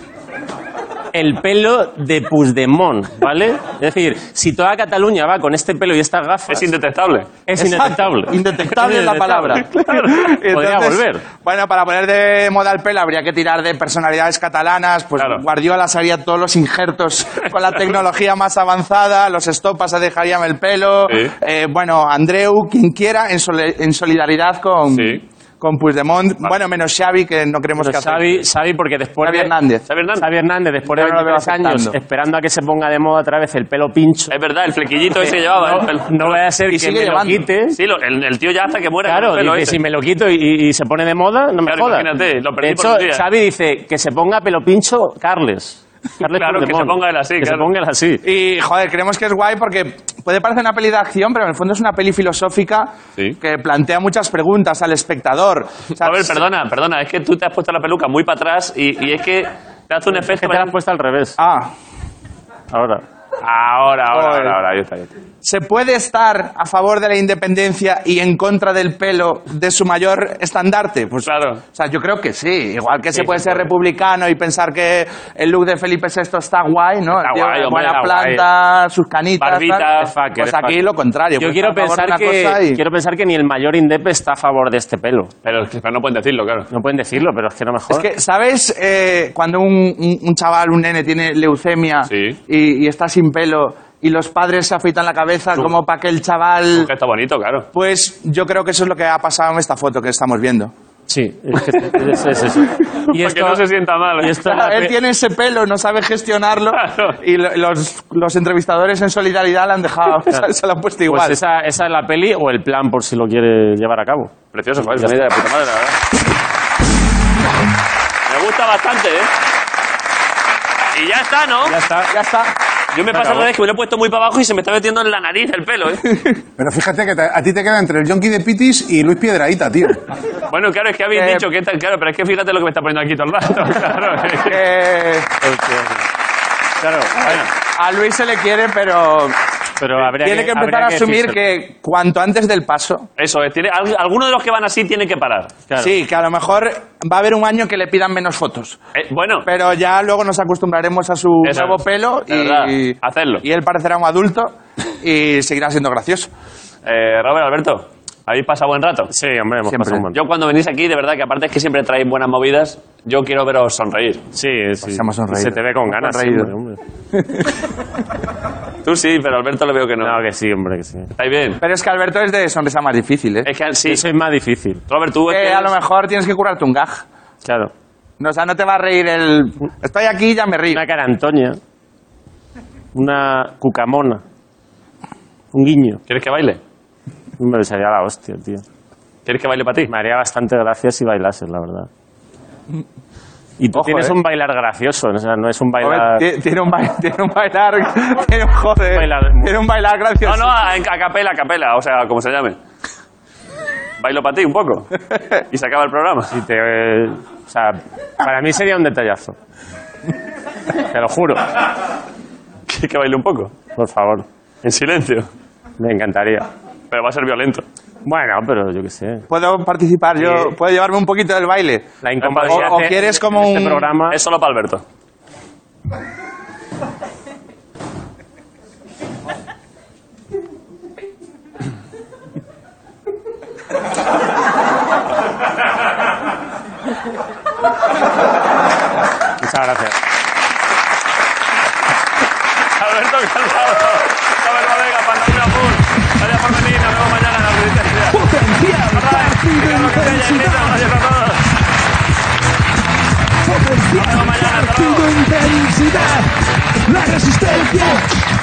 [SPEAKER 10] el pelo de Puigdemont, ¿vale? Es decir, si toda Cataluña va con este pelo y estas gafas,
[SPEAKER 1] Es indetectable.
[SPEAKER 10] es
[SPEAKER 8] Exacto.
[SPEAKER 10] indetectable.
[SPEAKER 8] Indetectable es la palabra.
[SPEAKER 10] Claro. Podría
[SPEAKER 8] Entonces,
[SPEAKER 10] volver.
[SPEAKER 8] Bueno, para poner de moda el pelo habría que tirar de personalidades catalanas. Pues
[SPEAKER 1] Claro.
[SPEAKER 8] Guardiola se haría todos los injertos con la tecnología más avanzada, los estopas se dejarían el pelo.
[SPEAKER 1] Sí.
[SPEAKER 8] Eh, bueno, Andreu, quien quiera, en, sole- en solidaridad con,
[SPEAKER 1] Sí.
[SPEAKER 8] con Puigdemont. Bueno, menos Xavi, que no creemos
[SPEAKER 10] Pero
[SPEAKER 8] que hacer.
[SPEAKER 10] Xavi, Xavi, porque después
[SPEAKER 8] pues, Xavi
[SPEAKER 10] de-
[SPEAKER 8] Hernández.
[SPEAKER 1] Xavi Hernández.
[SPEAKER 10] Xavi Hernández, después de
[SPEAKER 8] Yo no lo veo
[SPEAKER 10] 23 años
[SPEAKER 8] aceptando.
[SPEAKER 10] esperando a que se ponga de moda otra vez el pelo pincho,
[SPEAKER 1] Es verdad, el flequillito ese que llevaba. el pelo.
[SPEAKER 10] no vaya a ser que
[SPEAKER 8] sigue
[SPEAKER 10] me lo
[SPEAKER 8] llevando.
[SPEAKER 10] quite.
[SPEAKER 1] Sí, lo- el, el tío ya hasta que muera con
[SPEAKER 10] Claro,
[SPEAKER 1] el pelo
[SPEAKER 10] dice,
[SPEAKER 1] ese.
[SPEAKER 10] si me lo quito y, y- y se pone de moda, no me
[SPEAKER 1] Claro,
[SPEAKER 10] jodas.
[SPEAKER 1] imagínate, lo perdí
[SPEAKER 10] de
[SPEAKER 1] por
[SPEAKER 10] hecho,
[SPEAKER 1] un día.
[SPEAKER 10] Xavi dice que se ponga pelo pincho Carles. Carles
[SPEAKER 1] Claro, que
[SPEAKER 10] Puigdemont.
[SPEAKER 1] se ponga él así,
[SPEAKER 10] Que se
[SPEAKER 1] claro.
[SPEAKER 10] ponga él así.
[SPEAKER 8] Y, joder, creemos que es guay porque puede parecer una peli de acción, pero en el fondo es una peli filosófica
[SPEAKER 1] Sí.
[SPEAKER 8] que plantea muchas preguntas al espectador. O sea,
[SPEAKER 1] A ver, perdona, perdona, es que tú te has puesto la peluca muy para atrás y, y es que te hace un
[SPEAKER 10] Es que
[SPEAKER 1] efecto.
[SPEAKER 10] te la has puesto al revés.
[SPEAKER 8] Ah,
[SPEAKER 10] Ahora.
[SPEAKER 1] Ahora, ahora,
[SPEAKER 8] Joder.
[SPEAKER 1] ahora, ahora, ahí está, ahí está.
[SPEAKER 8] ¿se puede estar a favor de la independencia y en contra del pelo de su mayor estandarte? Pues,
[SPEAKER 1] Claro.
[SPEAKER 8] O sea, yo creo que sí. Igual que se
[SPEAKER 1] Sí,
[SPEAKER 8] puede
[SPEAKER 1] se
[SPEAKER 8] ser
[SPEAKER 1] puede.
[SPEAKER 8] republicano y pensar que el look de Felipe VI está guay, ¿no?
[SPEAKER 1] Está
[SPEAKER 8] El tío,
[SPEAKER 1] guay, hombre,
[SPEAKER 8] buena
[SPEAKER 1] está
[SPEAKER 8] planta, sus canitas.
[SPEAKER 1] Barbita,
[SPEAKER 8] tal.
[SPEAKER 1] es fucker,
[SPEAKER 8] pues
[SPEAKER 1] es
[SPEAKER 8] aquí
[SPEAKER 1] fucker.
[SPEAKER 8] lo contrario.
[SPEAKER 10] Yo
[SPEAKER 8] puede
[SPEAKER 10] quiero
[SPEAKER 8] estar
[SPEAKER 10] pensar,
[SPEAKER 8] a favor de una cosa
[SPEAKER 10] que,
[SPEAKER 8] y-
[SPEAKER 10] quiero pensar que ni el mayor indepe está a favor de este pelo.
[SPEAKER 1] Pero, pero no pueden decirlo, claro.
[SPEAKER 10] No pueden decirlo, pero es que no me
[SPEAKER 8] Es
[SPEAKER 10] jodas.
[SPEAKER 8] que, ¿sabes eh, cuando un, un- un chaval, un nene, tiene leucemia
[SPEAKER 1] Sí.
[SPEAKER 8] y, y está sin pelo y los padres se afeitan la cabeza como para que el chaval...
[SPEAKER 1] Que está bonito, claro.
[SPEAKER 8] Pues yo creo que eso es lo que ha pasado en esta foto que estamos viendo.
[SPEAKER 10] Sí, es que es, es eso. Y
[SPEAKER 1] Para que no se sienta mal.
[SPEAKER 10] y esto es la
[SPEAKER 8] Claro, él
[SPEAKER 10] pe-
[SPEAKER 8] tiene ese pelo, no sabe gestionarlo
[SPEAKER 1] eh. Claro.
[SPEAKER 8] y lo- los, los entrevistadores en solidaridad le han dejado, se lo han puesto igual.
[SPEAKER 10] Pues esa, esa es la peli o el plan por si lo quiere llevar a cabo.
[SPEAKER 1] Precioso, joder, es una idea de puta madre, la verdad. Me gusta bastante, ¿eh? Y ya está, ¿no?
[SPEAKER 10] Ya está.
[SPEAKER 8] Ya está.
[SPEAKER 1] Yo me pasa la vez que me lo he puesto muy para abajo y se me está metiendo en la nariz el pelo, ¿eh?
[SPEAKER 4] Pero fíjate que te- a ti te queda entre el Yonki de Pitis y Luis Piedraíta, tío.
[SPEAKER 1] Bueno, claro, es que habéis
[SPEAKER 8] Eh,
[SPEAKER 1] dicho que tal, claro, pero es que fíjate lo que me está poniendo aquí todo el rato. Claro,
[SPEAKER 8] Eh,
[SPEAKER 1] claro bueno.
[SPEAKER 8] a Luis se le quiere, pero
[SPEAKER 10] Pero habría
[SPEAKER 8] tiene que empezar
[SPEAKER 10] habría
[SPEAKER 8] a asumir
[SPEAKER 10] decírselo.
[SPEAKER 8] que cuanto antes del paso,
[SPEAKER 1] Eso es, tiene, al- alguno de los que van así tiene que parar.
[SPEAKER 10] Claro.
[SPEAKER 8] Sí, que a lo mejor va a haber un año que le pidan menos fotos.
[SPEAKER 1] Eh, bueno,
[SPEAKER 8] Pero ya luego nos acostumbraremos a su
[SPEAKER 1] Eso
[SPEAKER 8] nuevo
[SPEAKER 1] es.
[SPEAKER 8] pelo
[SPEAKER 1] De verdad,
[SPEAKER 8] y,
[SPEAKER 1] hacedlo.
[SPEAKER 8] y él parecerá un adulto y seguirá siendo gracioso.
[SPEAKER 1] eh, Robert, Alberto, ¿habéis pasado buen rato?
[SPEAKER 10] Sí, hombre, hemos
[SPEAKER 8] Siempre.
[SPEAKER 10] pasado un montón.
[SPEAKER 1] Yo cuando venís aquí, de verdad, que aparte es que siempre traéis buenas movidas, yo quiero veros sonreír.
[SPEAKER 10] Sí, sí.
[SPEAKER 8] Pues hemos sonreído.
[SPEAKER 10] Se te ve con ganas, sí,
[SPEAKER 8] sonreído.
[SPEAKER 10] hombre, hombre.
[SPEAKER 1] Tú sí, pero Alberto lo veo que no.
[SPEAKER 10] No, que sí, hombre, que sí.
[SPEAKER 1] ¿Estáis bien?
[SPEAKER 8] Pero es que Alberto es de sonrisa más difícil, ¿eh?
[SPEAKER 1] Es que sí.
[SPEAKER 10] Yo soy más difícil,
[SPEAKER 1] Robert, tú es
[SPEAKER 8] Que
[SPEAKER 1] que
[SPEAKER 8] Eh, a lo
[SPEAKER 1] eres-
[SPEAKER 8] mejor tienes que curarte un gag.
[SPEAKER 10] claro.
[SPEAKER 8] No, o sea, no te va a reír el... Estoy aquí y ya me río.
[SPEAKER 10] Una cara Antonia, una cucamona, un guiño.
[SPEAKER 1] ¿Quieres que baile?
[SPEAKER 10] Hombre, sería la hostia, tío.
[SPEAKER 1] ¿Quieres que baile para ti? Mm.
[SPEAKER 10] Me haría bastante gracia si bailases, la verdad. Y tú
[SPEAKER 8] Ojo,
[SPEAKER 10] tienes
[SPEAKER 8] eh.
[SPEAKER 10] un bailar gracioso, o sea, no es un
[SPEAKER 8] Joder,
[SPEAKER 10] bailar...
[SPEAKER 8] ti- tiene, un bail- tiene un bailar... Tiene un joder.
[SPEAKER 10] Bailar.
[SPEAKER 8] Tiene un bailar
[SPEAKER 1] No,
[SPEAKER 8] gracioso.
[SPEAKER 1] no, ah. a, a capela, a capela, o sea, como se llame. Bailo para ti un poco. Y se acaba el programa.
[SPEAKER 10] Y te, eh, o sea, para mí sería un detallazo. Te lo juro,
[SPEAKER 1] ¿Quieres que baile un poco?
[SPEAKER 10] por favor.
[SPEAKER 1] En silencio.
[SPEAKER 10] Me encantaría.
[SPEAKER 1] Pero va a ser violento.
[SPEAKER 10] Bueno, pero yo qué sé.
[SPEAKER 8] Puedo participar yo. Puedo llevarme un poquito del baile.
[SPEAKER 10] La
[SPEAKER 1] incompatibilidad
[SPEAKER 8] O- o
[SPEAKER 10] de-
[SPEAKER 8] quieres
[SPEAKER 10] de
[SPEAKER 8] como
[SPEAKER 10] este
[SPEAKER 8] un-
[SPEAKER 10] programa
[SPEAKER 1] Es solo para Alberto.
[SPEAKER 10] Muchas gracias.
[SPEAKER 1] Alberto Calzado, Robert Bodega, Pantalla Full. Gracias por venir, nos vemos mañana en la resistencia.
[SPEAKER 7] Potencial partido
[SPEAKER 1] Ricardo Quintella, Inés,
[SPEAKER 7] intensidad.
[SPEAKER 1] gracias a todos.
[SPEAKER 7] Potencial
[SPEAKER 1] mañana, hasta
[SPEAKER 7] partido intensidad. La resistencia